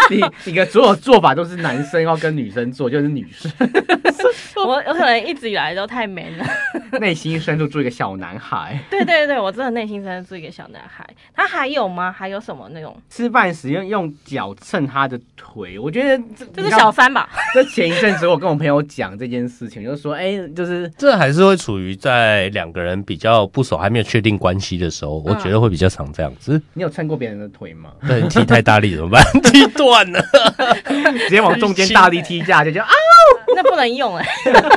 Speaker 3: 你你的所有做法都是男生要跟女生做，就是女生
Speaker 5: 我有可能一直以来都太 man 了。
Speaker 3: 内心深处住一个小男孩。
Speaker 5: 对对对，我真的内心真的是一个小男孩。他还有吗？还有什么那种？
Speaker 3: 吃饭时用用脚蹭他的腿，我觉得这
Speaker 5: 这
Speaker 3: 你
Speaker 5: 是
Speaker 3: 看
Speaker 5: 小三吧？
Speaker 3: 这前一阵子我跟我朋友讲这件事情，就是说，哎、就是
Speaker 4: 这还是会处于在两个人比较不熟、还没有确定关系的时候，我
Speaker 5: 嗯
Speaker 4: 觉得会比较常这样 子。
Speaker 3: 你有蹭过别人的腿吗？
Speaker 4: 对，你踢太大力怎么办？踢断了。
Speaker 3: 直接往中间大力踢一下，就觉得啊，
Speaker 5: 那不能用哎、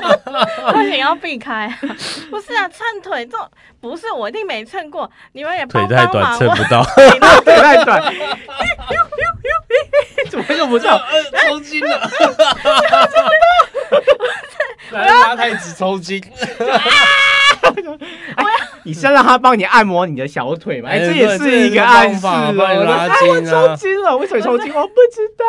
Speaker 5: 而且要避开、 不是啊，蹭腿这种不是我一定没蹭过，你们也
Speaker 4: 腿
Speaker 5: 帮
Speaker 4: 太
Speaker 5: 帮
Speaker 4: 短
Speaker 5: 忙。
Speaker 4: 撑
Speaker 5: 我
Speaker 4: 不 到，
Speaker 3: 腿太短， 怎么用不到？
Speaker 5: 哎
Speaker 4: 抽筋 了，来拉太子抽筋，
Speaker 3: 你是要让他帮你按摩你的小腿吗？哎、这也是一个暗示
Speaker 4: 哎
Speaker 3: 哦。
Speaker 4: 对这也是一个方法
Speaker 3: 哎，我
Speaker 4: 帮你拉筋啊
Speaker 3: 抽筋了，为什么抽筋？我不知 道。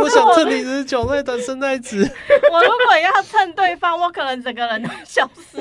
Speaker 4: 我想这里只是脚太短，伸太直，
Speaker 5: 我如果要蹭对方，我可能整个人都 消失，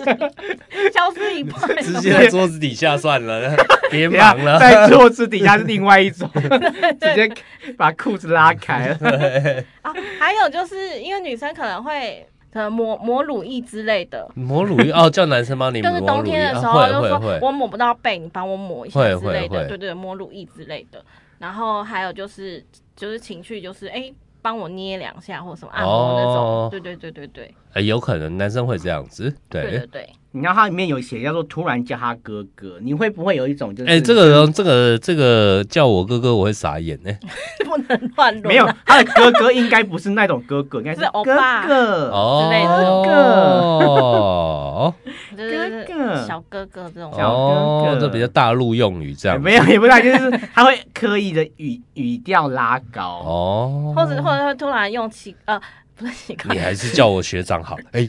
Speaker 5: 消失一半。
Speaker 4: 直接在桌子底下算 了，别忙
Speaker 3: 等一下
Speaker 5: 哎
Speaker 4: 了。
Speaker 3: 啊在桌子底下是另外一 种，直接把裤子拉开了。
Speaker 5: 啊，还有就是因为女生可能会可能抹抹乳液之类的。
Speaker 4: 抹乳液哦，叫男生帮你
Speaker 5: 就是
Speaker 4: 抹
Speaker 5: 冬
Speaker 4: 乳液，
Speaker 5: 天的时
Speaker 4: 啊
Speaker 5: 候，
Speaker 4: 会
Speaker 5: 就
Speaker 4: 会
Speaker 5: 说
Speaker 4: 会，
Speaker 5: 我抹不到背，你帮我抹一下
Speaker 4: 会
Speaker 5: 之类
Speaker 4: 会会
Speaker 5: 的，对对，抹乳液之类的。然后还有就是就是情绪，就是哎，帮我捏两下或什么按摩那
Speaker 4: 哦
Speaker 5: 种，对对对对对
Speaker 4: 哎有可能男生会这样子，
Speaker 5: 对
Speaker 4: 对
Speaker 5: 对。对。
Speaker 3: 你看它里面有写叫做突然叫他哥哥，你会不会有一种就是
Speaker 4: 哎、这个人这个这个叫我哥哥，我会傻眼呢、
Speaker 5: 不能乱伦啊，
Speaker 3: 没有他的哥哥应该不是那种哥哥，应该
Speaker 5: 是
Speaker 3: 哥
Speaker 5: 欧巴
Speaker 3: 哥。
Speaker 5: 之类的
Speaker 4: 哦，
Speaker 5: 就
Speaker 3: 哥
Speaker 5: 是
Speaker 3: 哥
Speaker 5: 小小哥哥这种。
Speaker 3: 小哥
Speaker 4: 哦，
Speaker 3: 哥
Speaker 4: 这比较大陆用语这
Speaker 3: 也
Speaker 4: 样。
Speaker 3: 没有也不大，就是他会刻意的语语调拉高。
Speaker 4: 哦，
Speaker 5: 或者或者会突然用奇呃不是奇怪
Speaker 4: 你，还是叫我学长好。哎，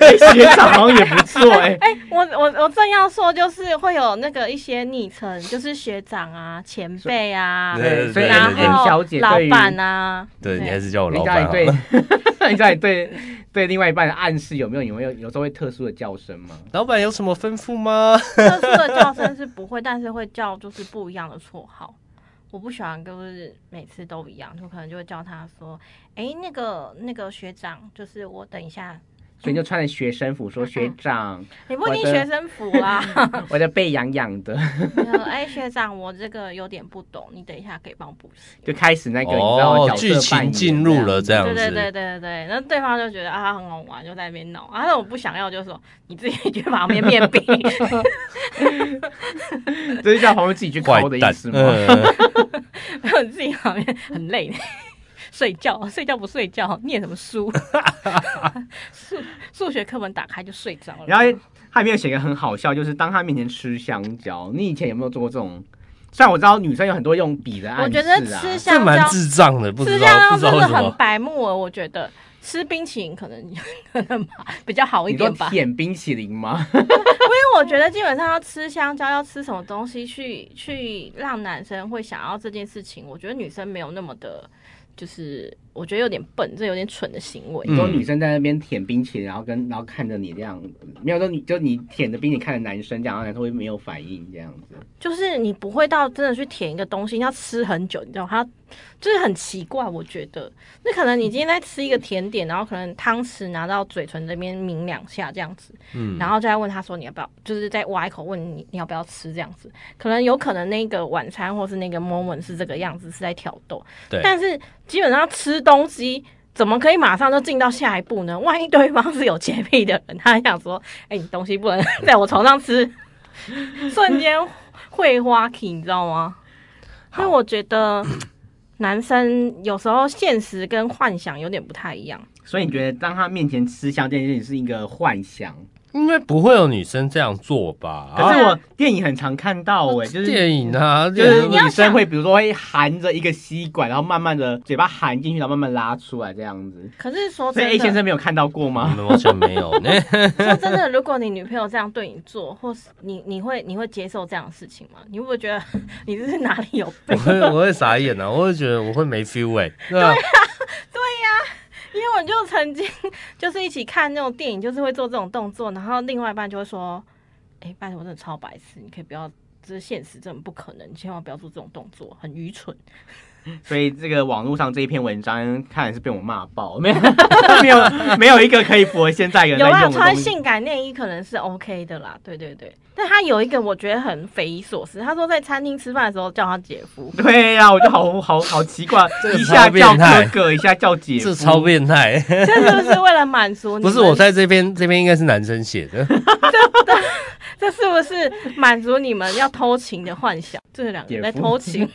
Speaker 3: 哎学长好像也不 错哎，
Speaker 5: 哎、我我我正要说，就是会有那个一些昵称，就是学长啊、前辈啊，
Speaker 4: 对
Speaker 3: 对，所以
Speaker 4: 对
Speaker 5: 然
Speaker 4: 对对
Speaker 3: 严
Speaker 5: 后
Speaker 3: 小姐
Speaker 5: 老
Speaker 3: 对于
Speaker 5: 板啊，
Speaker 4: 对你还是叫我
Speaker 3: 你
Speaker 4: 老
Speaker 3: 到
Speaker 4: 板啊
Speaker 3: 底
Speaker 4: 好。
Speaker 3: 对， 你到底对对另外一半的暗示有没有？有没有有时候会特殊的叫声吗？
Speaker 4: 老板有什么吩咐吗？
Speaker 5: 特殊的叫声是不会，但是会叫就是不一样的绰号。我不喜欢就是每次都一样，就可能就会叫他说，哎、那个那个学长，就是我等一下，
Speaker 3: 所以你就穿着学生服说学长，
Speaker 5: 你不一定
Speaker 3: 我的
Speaker 5: 学生服啊啦，
Speaker 3: 我的背痒痒的，
Speaker 5: 哎、学长，我这个有点不懂，你等一下可以帮我补习。
Speaker 3: 就开始那个你知道
Speaker 4: 哦
Speaker 3: 角，色
Speaker 4: 剧
Speaker 3: 扮
Speaker 4: 情
Speaker 3: 演
Speaker 4: 进入了
Speaker 3: 这
Speaker 4: 这
Speaker 3: 样。
Speaker 4: 样
Speaker 5: 对对对
Speaker 4: 子。
Speaker 5: 对对，那对方就觉得啊很好玩，就在那边闹啊，那我不想要，就说你自己去旁边面 壁。
Speaker 3: 这是叫朋友自己去
Speaker 4: 坏
Speaker 3: 抠的意
Speaker 4: 蛋
Speaker 3: 思，吗？
Speaker 4: 嗯，
Speaker 5: 然后自己旁边很累，睡觉睡觉不睡觉，念什么书？数数学课本打开就睡着了。
Speaker 4: 哎
Speaker 3: 然后他里面有写一个很好笑，就是当他面前吃香蕉，你以前有没有做过这种？虽然我知道女生有很多用笔的暗
Speaker 5: 我
Speaker 3: 示
Speaker 5: 觉
Speaker 3: 啊，
Speaker 5: 得吃
Speaker 4: 这
Speaker 5: 香蕉
Speaker 4: 蛮，智障的，不
Speaker 5: 吃
Speaker 4: 知
Speaker 5: 香
Speaker 4: 道不
Speaker 5: 蕉
Speaker 4: 知道
Speaker 5: 啊真
Speaker 4: 为
Speaker 5: 的
Speaker 4: 什
Speaker 5: 很
Speaker 4: 么。
Speaker 5: 白目哦，我觉得吃冰淇淋可能 可能吧比较好一
Speaker 3: 你说
Speaker 5: 点吧，因
Speaker 3: 舔冰淇淋吗？
Speaker 5: 为我
Speaker 4: 嗯
Speaker 5: 觉得基本上要吃香蕉要吃什么东西去去让男生会想要这件事情，我觉得女生没有那么的，就是我觉得有点笨，这有点蠢的行为。
Speaker 3: 你说
Speaker 4: 嗯
Speaker 3: 女生在那边舔冰淇淋，然后跟然后看着你这样，没有说你就你舔着冰，你看着男生这样，然后男生会没有反应这样子。
Speaker 5: 就是你不会到真的去舔一个东西，你要吃很久，你知道吗它就是很奇怪。我觉得，那可能你今天在吃一个甜点，然后可能汤匙拿到嘴唇这边抿两下这样子，
Speaker 4: 嗯
Speaker 5: 然后再问他说你要不要，就是再挖一口问你你要不要吃这样子。可能有可能那个晚餐或是那个 moment 是这个样子，是在挑逗。
Speaker 4: 对
Speaker 5: 但是基本上吃东西。怎么可以马上就进到下一步呢？万一对方是有洁癖的人，他还想说：“哎、你东西不能在我床上吃。” 瞬间会花 k 你知道吗？所以
Speaker 4: 好
Speaker 5: 我觉得男生有时候现实跟幻想有点不太一样。
Speaker 3: 所以你觉得当他面前吃香这件事情是一个幻想？
Speaker 4: 应该不会有女生这样做
Speaker 3: 可
Speaker 4: 吧？
Speaker 3: 是我电影很常看到
Speaker 5: 哦
Speaker 3: 哎、就是
Speaker 4: 电影啊，
Speaker 3: 就
Speaker 4: 电
Speaker 3: 是
Speaker 4: 影
Speaker 3: 女生会，比如说会含着一个吸管，然后慢慢的嘴巴含进去，然后慢慢拉出来这样子。
Speaker 5: 可是说
Speaker 3: 所以
Speaker 5: 哦真
Speaker 3: A
Speaker 5: 的，
Speaker 3: 先生没有看到过吗？
Speaker 4: 嗯完全没有呢。
Speaker 5: 说真的，如果你女朋友这样对你做，或是你你会你会接受这样的事情吗？你会不会觉得 你这是哪里有
Speaker 4: 我
Speaker 5: 病？
Speaker 4: 会我会傻眼啊，我会觉得我会没 feel 哎。对啊，
Speaker 5: 因为我就曾经 就是一起看那种电影，就是会做这种动作，然后另外一半就会说：“哎、拜托，我真的超白痴，你可以不要，这是现实，真的不可能，你千万不要做这种动作，很愚蠢。”
Speaker 3: 所以这个网络上这一篇文章看来是被我骂爆， 没有没有没有一个可以符合现在人在
Speaker 5: 有啊啦，
Speaker 3: 用的
Speaker 5: 穿
Speaker 3: 东西。
Speaker 5: 性感内衣可能是 OK 的啦，对对对。但他有一个我觉得很匪夷所思，他说在餐厅吃饭的时候叫他姐 夫，
Speaker 3: 对呀、我就好好好奇怪，
Speaker 4: 这个
Speaker 3: 一下
Speaker 4: 超变
Speaker 3: 叫
Speaker 4: 态
Speaker 3: 哥哥，一下叫姐夫，
Speaker 4: 这超变态。
Speaker 5: 这是不是为了满足你？
Speaker 4: 不是我，在这边，这边应该是男生写的。
Speaker 5: 这是不是满足你们要偷情的幻想？这两个人在偷情，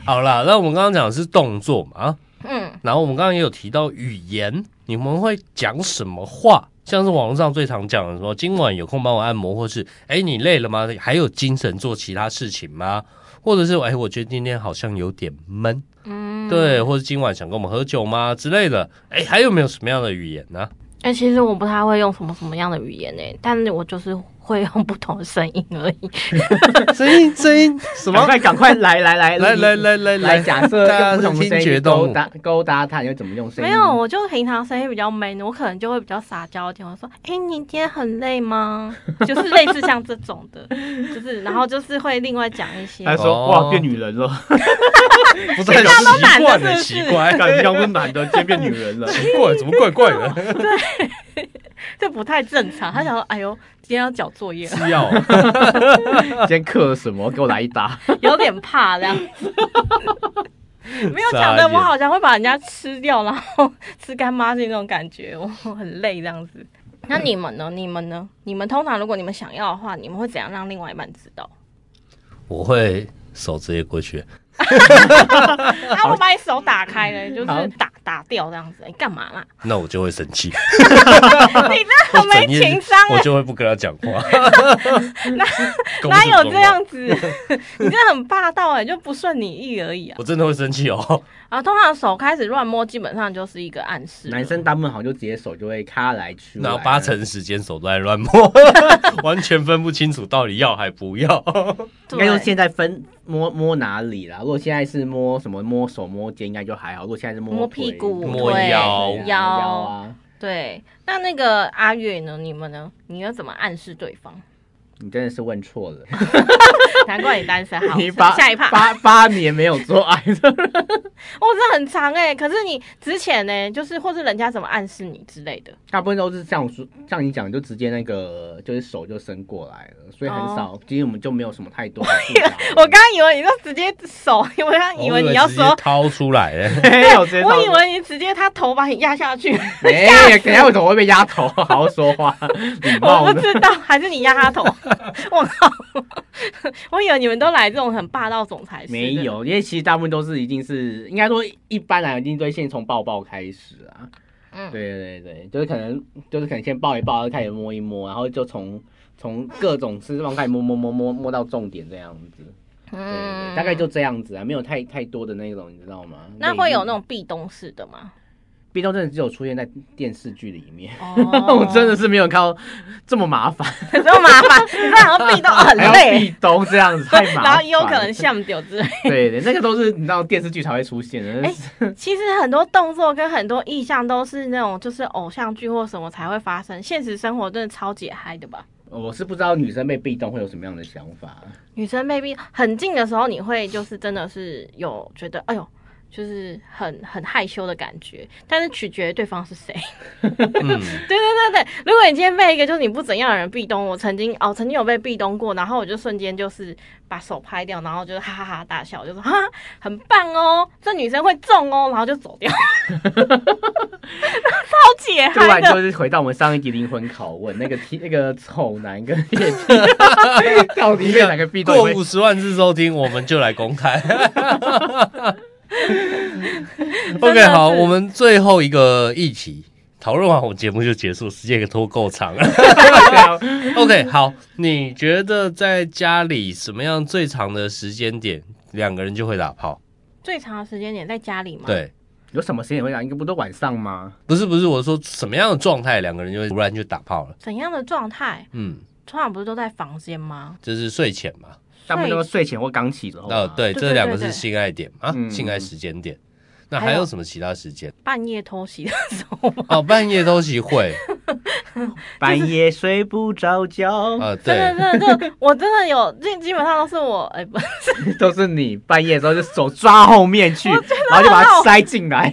Speaker 4: 好啦，那我们刚刚讲的是动作嘛，啊
Speaker 5: 嗯，
Speaker 4: 然后我们刚刚也有提到语言，你们会讲什么话？像是网络上最常讲的什么“今晚有空帮我按摩”，或是“哎，你累了吗？还有精神做其他事情吗？”或者是“哎，我觉得今天好像有点闷”，嗯，对，或者今晚想跟我们喝酒吗之类的。哎，还有没有什么样的语言呢、
Speaker 5: 哎、其实我不太会用什么什么样的语言呢、但是我就是会用不同的声音而已。
Speaker 4: 声音，声音，什
Speaker 3: 赶
Speaker 4: 么？
Speaker 3: 快赶快来来来
Speaker 4: 来来
Speaker 3: 来
Speaker 4: 来来
Speaker 3: 来，假设
Speaker 4: 大家
Speaker 3: 用不同
Speaker 4: 是
Speaker 3: 的声
Speaker 4: 听
Speaker 3: 音
Speaker 4: 觉
Speaker 3: 去
Speaker 4: 动
Speaker 3: 勾
Speaker 4: 物。
Speaker 3: 搭勾搭他，你要怎么用声音？
Speaker 5: 没有，我就平常声音比较 man，我可能就会比较撒娇一点。我说：“哎、你今天很累吗？”就是类似像这种的，就是然后就是会另外讲一些。
Speaker 3: 他说、
Speaker 4: 哦
Speaker 3: 哇变女人了， 哎
Speaker 4: 不是很习惯的
Speaker 5: 是
Speaker 4: 奇
Speaker 5: 不是
Speaker 4: 怪，
Speaker 3: 感觉像是男的，今天变女人 了。
Speaker 4: 奇怪，怎么怪怪 的？
Speaker 5: 这不太正常。他想说，哎呦，今天要交作业了，
Speaker 4: 是要啊
Speaker 3: 今天嗑了什么？给我来一打。
Speaker 5: 有点怕这样子。没有讲
Speaker 4: 傻
Speaker 5: 的，
Speaker 4: 眼
Speaker 5: 我好像会把人家吃掉，然后吃干抹净那种感觉，我很累这样子。那你们呢？你们呢？你们通常如果你们想要的话，你们会怎样让另外一半知道？
Speaker 4: 我会手直接过去，
Speaker 5: 啊，我把你手打开了，就
Speaker 3: 好
Speaker 5: 是打打掉这样子，你干嘛啦？
Speaker 4: 那我就会生 气，
Speaker 5: 你真的好没情商
Speaker 4: 我
Speaker 5: 哎、
Speaker 4: 就会不跟他讲 话。
Speaker 5: 哪
Speaker 4: 公主
Speaker 5: 有
Speaker 4: 风
Speaker 5: 这
Speaker 4: 啊？
Speaker 5: 样子？ 你真的很霸道哎、就不顺你意而已啊！
Speaker 4: 我真的会生气 哦。
Speaker 5: 啊，通常手开始乱摸，基本上就是一个暗示了。
Speaker 3: 男生大部分好像就直接手就会咔来去来，
Speaker 4: 然后八成时间手都在乱摸， 完全分不清楚到底要还不要。
Speaker 3: 应该说
Speaker 5: 对
Speaker 3: 现在分摸摸哪里啦。如果现在是摸什么摸手摸肩，应该就还好。如果现在是摸
Speaker 5: 摸
Speaker 3: 腿
Speaker 5: 屁股、
Speaker 4: 摸
Speaker 5: 腿
Speaker 4: 腰
Speaker 3: 对啊
Speaker 5: 腰
Speaker 3: 腰啊，
Speaker 5: 对，那那个阿月呢？你们呢？你要怎么暗示对方？
Speaker 3: 你真的是问错了。
Speaker 5: 难怪你单身，好，
Speaker 3: 你八
Speaker 5: 下一趴。
Speaker 3: 八八年没有做爱了，
Speaker 5: 哦，这很长哎、可是你之前呢、就是或是人家怎么暗示你之类的，
Speaker 3: 大部分都是像我说像你讲，就直接那个就是手就伸过来了，所以很少。
Speaker 5: 哦
Speaker 3: 今天我们就没有什么太多的复杂的。
Speaker 5: 我刚刚以为你就直接手，我刚 刚以为你要
Speaker 4: 我
Speaker 5: 说
Speaker 4: 直接，掏出来了，
Speaker 3: 没有直接到，
Speaker 5: 我以为你直接他头把你压下去，
Speaker 3: 哎、等一下为什么会被压头？好好说话，礼貌
Speaker 5: 我
Speaker 3: 的
Speaker 5: 不。知道，还是你压他 头？我靠！ 我以为你们都来这种很霸道总裁式的
Speaker 3: 没，有，因为其实大部分都是一定是，应该说一般来讲，一定都先从抱抱开始啊。
Speaker 5: 嗯
Speaker 3: 对对对，就是可能就是可能先抱一抱，然后开始摸一摸，然后就从从各种姿势开始摸摸摸摸摸到重点这样子。
Speaker 5: 嗯
Speaker 3: 对对对，大概就这样子啊，没有太太多的那种，你知道吗？
Speaker 5: 那会有那
Speaker 3: 种
Speaker 5: 种壁咚式的吗？
Speaker 3: 壁咚，真的只有出现在电视剧里面。
Speaker 5: 哦
Speaker 3: 我真的是没有看到这么麻 烦，
Speaker 5: 很多麻烦，你知道 壁咚很
Speaker 3: 还要壁
Speaker 5: 累，
Speaker 3: 咚这样子，太麻烦了。
Speaker 5: 然后也有可能像丢之类。
Speaker 3: 对对，那个都是你知道电视剧才会出现的。
Speaker 5: 哎 其实很多动作跟很多意象都是那种就是偶像剧或什么才会发生，现实生活真的超级嗨的吧？
Speaker 3: 我是不知道女生被壁咚会有什么样的想法。
Speaker 5: 女生 maybe 很近的时候，你会哎就是真的是有觉得哎呦。就是很很害羞的感觉，但是取决于对方是谁。
Speaker 4: 嗯，
Speaker 5: 对对对对，如果你今天被一个就是你不怎样的人壁咚，我曾经哦曾经有被壁咚过，然后我就瞬间就是把手拍掉，然后就是哈哈哈大笑，我就说哈很棒哦，这女生会中哦，然后就 走掉，超解
Speaker 3: 突
Speaker 5: 嗨
Speaker 3: 然
Speaker 5: 的
Speaker 3: 就。是回到我们上一集灵魂拷问，那个 T 那个丑男跟夜店 到底被哪个壁咚
Speaker 4: 过
Speaker 3: 会
Speaker 4: 五？十万次收听，我们就来公 开。OK，好，我们最后一个议题讨论完，我们节目就结束，时间也拖够长 了。
Speaker 3: 对啊
Speaker 4: OK，好，你觉得在家里什么样最长的时间点，两个人就会打炮？
Speaker 5: 最长的时间点在家里吗？，
Speaker 4: 对，
Speaker 3: 有什么时间会讲？应该不都晚上吗？
Speaker 4: 不是不是，我说什么样的状态，两个人就会突然就打炮了？
Speaker 5: 怎样的状态？
Speaker 4: 嗯，
Speaker 5: 通常不是都在房间吗？
Speaker 4: 就是睡前嘛。
Speaker 3: 大部分都是睡前或刚起之后。
Speaker 4: 哦，，对，
Speaker 5: 对
Speaker 4: 这
Speaker 5: 对
Speaker 4: 两个
Speaker 5: 对
Speaker 4: 是
Speaker 5: 对
Speaker 4: 性爱点啊，
Speaker 3: 嗯
Speaker 4: 性爱时间点。那
Speaker 5: 还
Speaker 4: 还
Speaker 5: 有
Speaker 4: 有什么其他时间？
Speaker 5: 半夜偷袭的时候吗？
Speaker 4: 哦，半夜偷袭会，
Speaker 3: 半夜睡不着觉，
Speaker 4: 啊，
Speaker 5: 真
Speaker 4: 对，
Speaker 5: 的真的，就我真的有，这基本上都是我哎、不
Speaker 3: 都是你半夜的时候就手抓后面去，然后就把
Speaker 5: 很
Speaker 3: 它
Speaker 5: 好
Speaker 3: 塞进 来。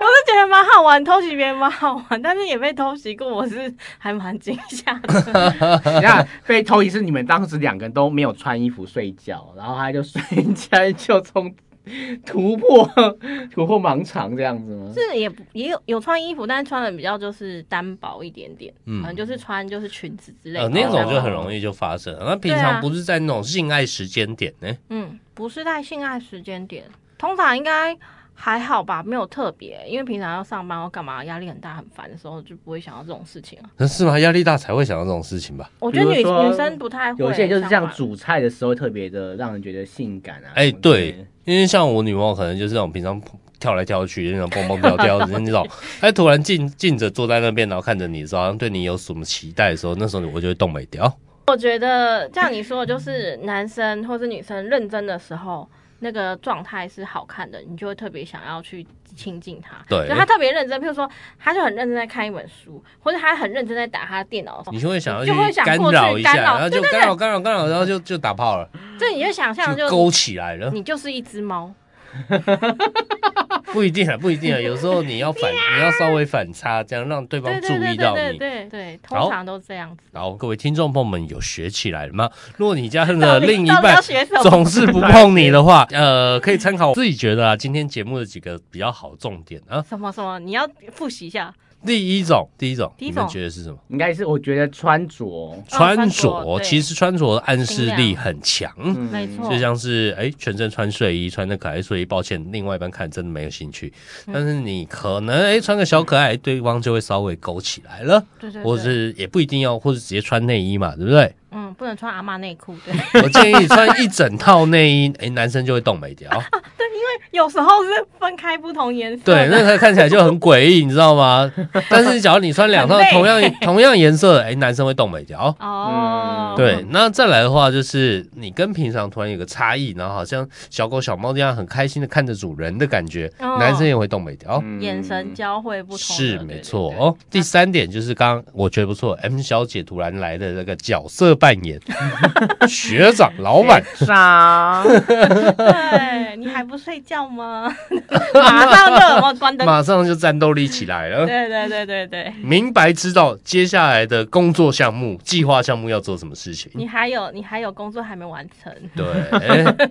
Speaker 5: 我是觉得蛮好玩，偷袭别人蛮好玩，但是也被偷袭过，我是还蛮惊吓的。
Speaker 3: 你看被偷一次，你们当时两个人都没有穿衣服睡觉，然后他就 瞬间就从突破突破盲肠这样子吗？
Speaker 5: 是也不也有有穿衣服，但是穿的比较就是单薄一点点，
Speaker 4: 嗯
Speaker 5: 可能就是穿就是裙子之类的。
Speaker 4: 呃，那种
Speaker 3: 哦
Speaker 4: 就很容易就发生了。那平
Speaker 5: 对
Speaker 4: 常
Speaker 5: 啊
Speaker 4: 不是在那种性爱时间点呢？
Speaker 5: 嗯，不是在性爱时间点，通常应该还好吧，没有特别，因为平常要上班或干嘛，压力很大很烦的时候，就不会想到这种事情啊。
Speaker 4: 那是吗？压力大才会想到这种事情吧？
Speaker 5: 我觉得
Speaker 3: 比
Speaker 5: 女
Speaker 3: 如说
Speaker 5: 女生不太会，
Speaker 3: 有些人就是这样，煮菜的时候特别的让人觉得性感啊。
Speaker 4: 哎、
Speaker 3: 什么之类的
Speaker 4: 对，，因为像我女朋友可能就是那种平常跳来跳去，那种蹦蹦跳跳的那 种，哎，突然静静着坐在那边，然后看着你的时候，好像对你有什么期待的时候，那时候我就会动美掉。
Speaker 5: 我觉得像你说的，就是男生或是女生认真的时候，那个状态是好看的，你就会特别想要去亲近他。
Speaker 4: 对
Speaker 5: 就他特别认真，譬如说，他就很认真在看一本书，或者他很认真在打他的电脑的时
Speaker 4: 你
Speaker 5: 候，
Speaker 4: 就会想要
Speaker 5: 就会想
Speaker 4: 干
Speaker 5: 过去
Speaker 4: 扰一下，
Speaker 5: 干扰
Speaker 4: 然后就干扰干扰干扰，然后就就打炮了，
Speaker 5: 这你就想象
Speaker 4: 就
Speaker 5: 就
Speaker 4: 勾起来了。
Speaker 5: 你就是一只猫，
Speaker 4: 不一定啊，不一定啊，有时候你要反，你要稍微反差，这样让对方
Speaker 5: 对
Speaker 4: 注
Speaker 5: 对对
Speaker 4: 意到
Speaker 5: 对对
Speaker 4: 你。
Speaker 5: 对对，
Speaker 4: 好
Speaker 5: 通常都这样子。
Speaker 4: 然后各位听众朋友们有学起来了 吗？如果你家的
Speaker 5: 到底
Speaker 4: 另一
Speaker 5: 到底要
Speaker 4: 半
Speaker 5: 学什么？
Speaker 4: 总是不碰你的话， 呃，可以参考我自己觉得啊，今天节目的几个比较好重点啊。
Speaker 5: 什么什么？你要复习一下，
Speaker 4: 第一种，第一种，
Speaker 5: 第一
Speaker 4: 你们
Speaker 5: 种
Speaker 4: 觉得是什么？
Speaker 3: 应该是我觉得穿着，
Speaker 4: 穿
Speaker 5: 哦穿着
Speaker 4: 着，
Speaker 5: 对
Speaker 4: 其实穿着的暗示
Speaker 5: 尽量
Speaker 4: 力很强。
Speaker 3: 嗯
Speaker 5: 没错
Speaker 4: 就像是哎、全身穿睡衣，穿的可爱睡衣，抱歉，另外一半看真的没有兴趣。
Speaker 5: 嗯
Speaker 4: 但是你可能哎、穿个小可爱，对方就会稍微勾起来了，
Speaker 5: 对对
Speaker 4: 或者
Speaker 5: 对，
Speaker 4: 是也不一定要，或者直接穿内衣嘛，对不对？
Speaker 5: 嗯，不能穿阿妈内裤，对，
Speaker 4: 我建议穿一整套内衣，哎、男生就会动眉 掉。
Speaker 5: 有时候是分开不同颜色
Speaker 4: 对，
Speaker 5: 的，
Speaker 4: 那个看起来就很诡异，你知道吗？但是假如你穿两套
Speaker 5: 很累
Speaker 4: 同样 同样颜色的，哎、男生会动眉掉。
Speaker 5: 哦，
Speaker 4: 对，那再来的话，就是你跟平常突然有个差异，然后好像小狗小猫这样很开心的看着主人的感觉，
Speaker 5: 哦
Speaker 4: 男生也会动眉掉。
Speaker 3: 嗯
Speaker 5: 眼神交汇不同的，
Speaker 4: 是
Speaker 5: 对
Speaker 4: 没
Speaker 5: 对
Speaker 4: 错
Speaker 5: 对
Speaker 4: 哦。第三点就是刚刚我觉得不错，M 小姐突然来的那个角色扮 演，学长、老板，
Speaker 3: 啥？
Speaker 5: 对你还不睡觉吗？ 马上就有没有关灯？
Speaker 4: 马嗯上就战斗力起来了。
Speaker 5: 对对对对对，
Speaker 4: 明白知道接下来的工作项目、计划项目要做什么事情。
Speaker 5: 你还有你还有工作还没完成，
Speaker 4: 对，哎、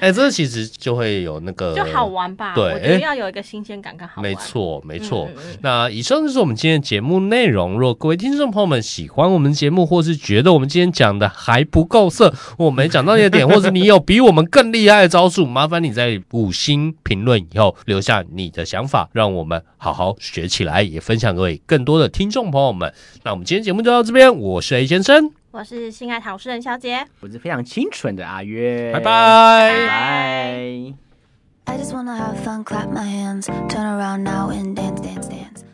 Speaker 4: 哎这其实就会有那个
Speaker 5: 就好玩吧？
Speaker 4: 对
Speaker 5: 我觉得要有一个新鲜感跟好玩。嗯
Speaker 4: 没，错，没
Speaker 5: 没
Speaker 4: 错。那以上就是我们今天的节目内容。若各位听众朋友们喜欢我们节目，或是觉得我们今天讲的还不够色，我没讲到你的点，或是你有比我们更厉害的招数，麻烦你在五星评论以后留下你的想法，让我们好好学起来，也分享给更多的听众朋友们。那我们今天节目就到这边，我是 A 先生，
Speaker 5: 我是性爱讨诗人小姐。
Speaker 3: 我是非常清纯的阿月，
Speaker 4: 拜，拜
Speaker 3: 拜拜。
Speaker 2: I just wanna have fun, clap my hands, turn around now and dance, dance, dance.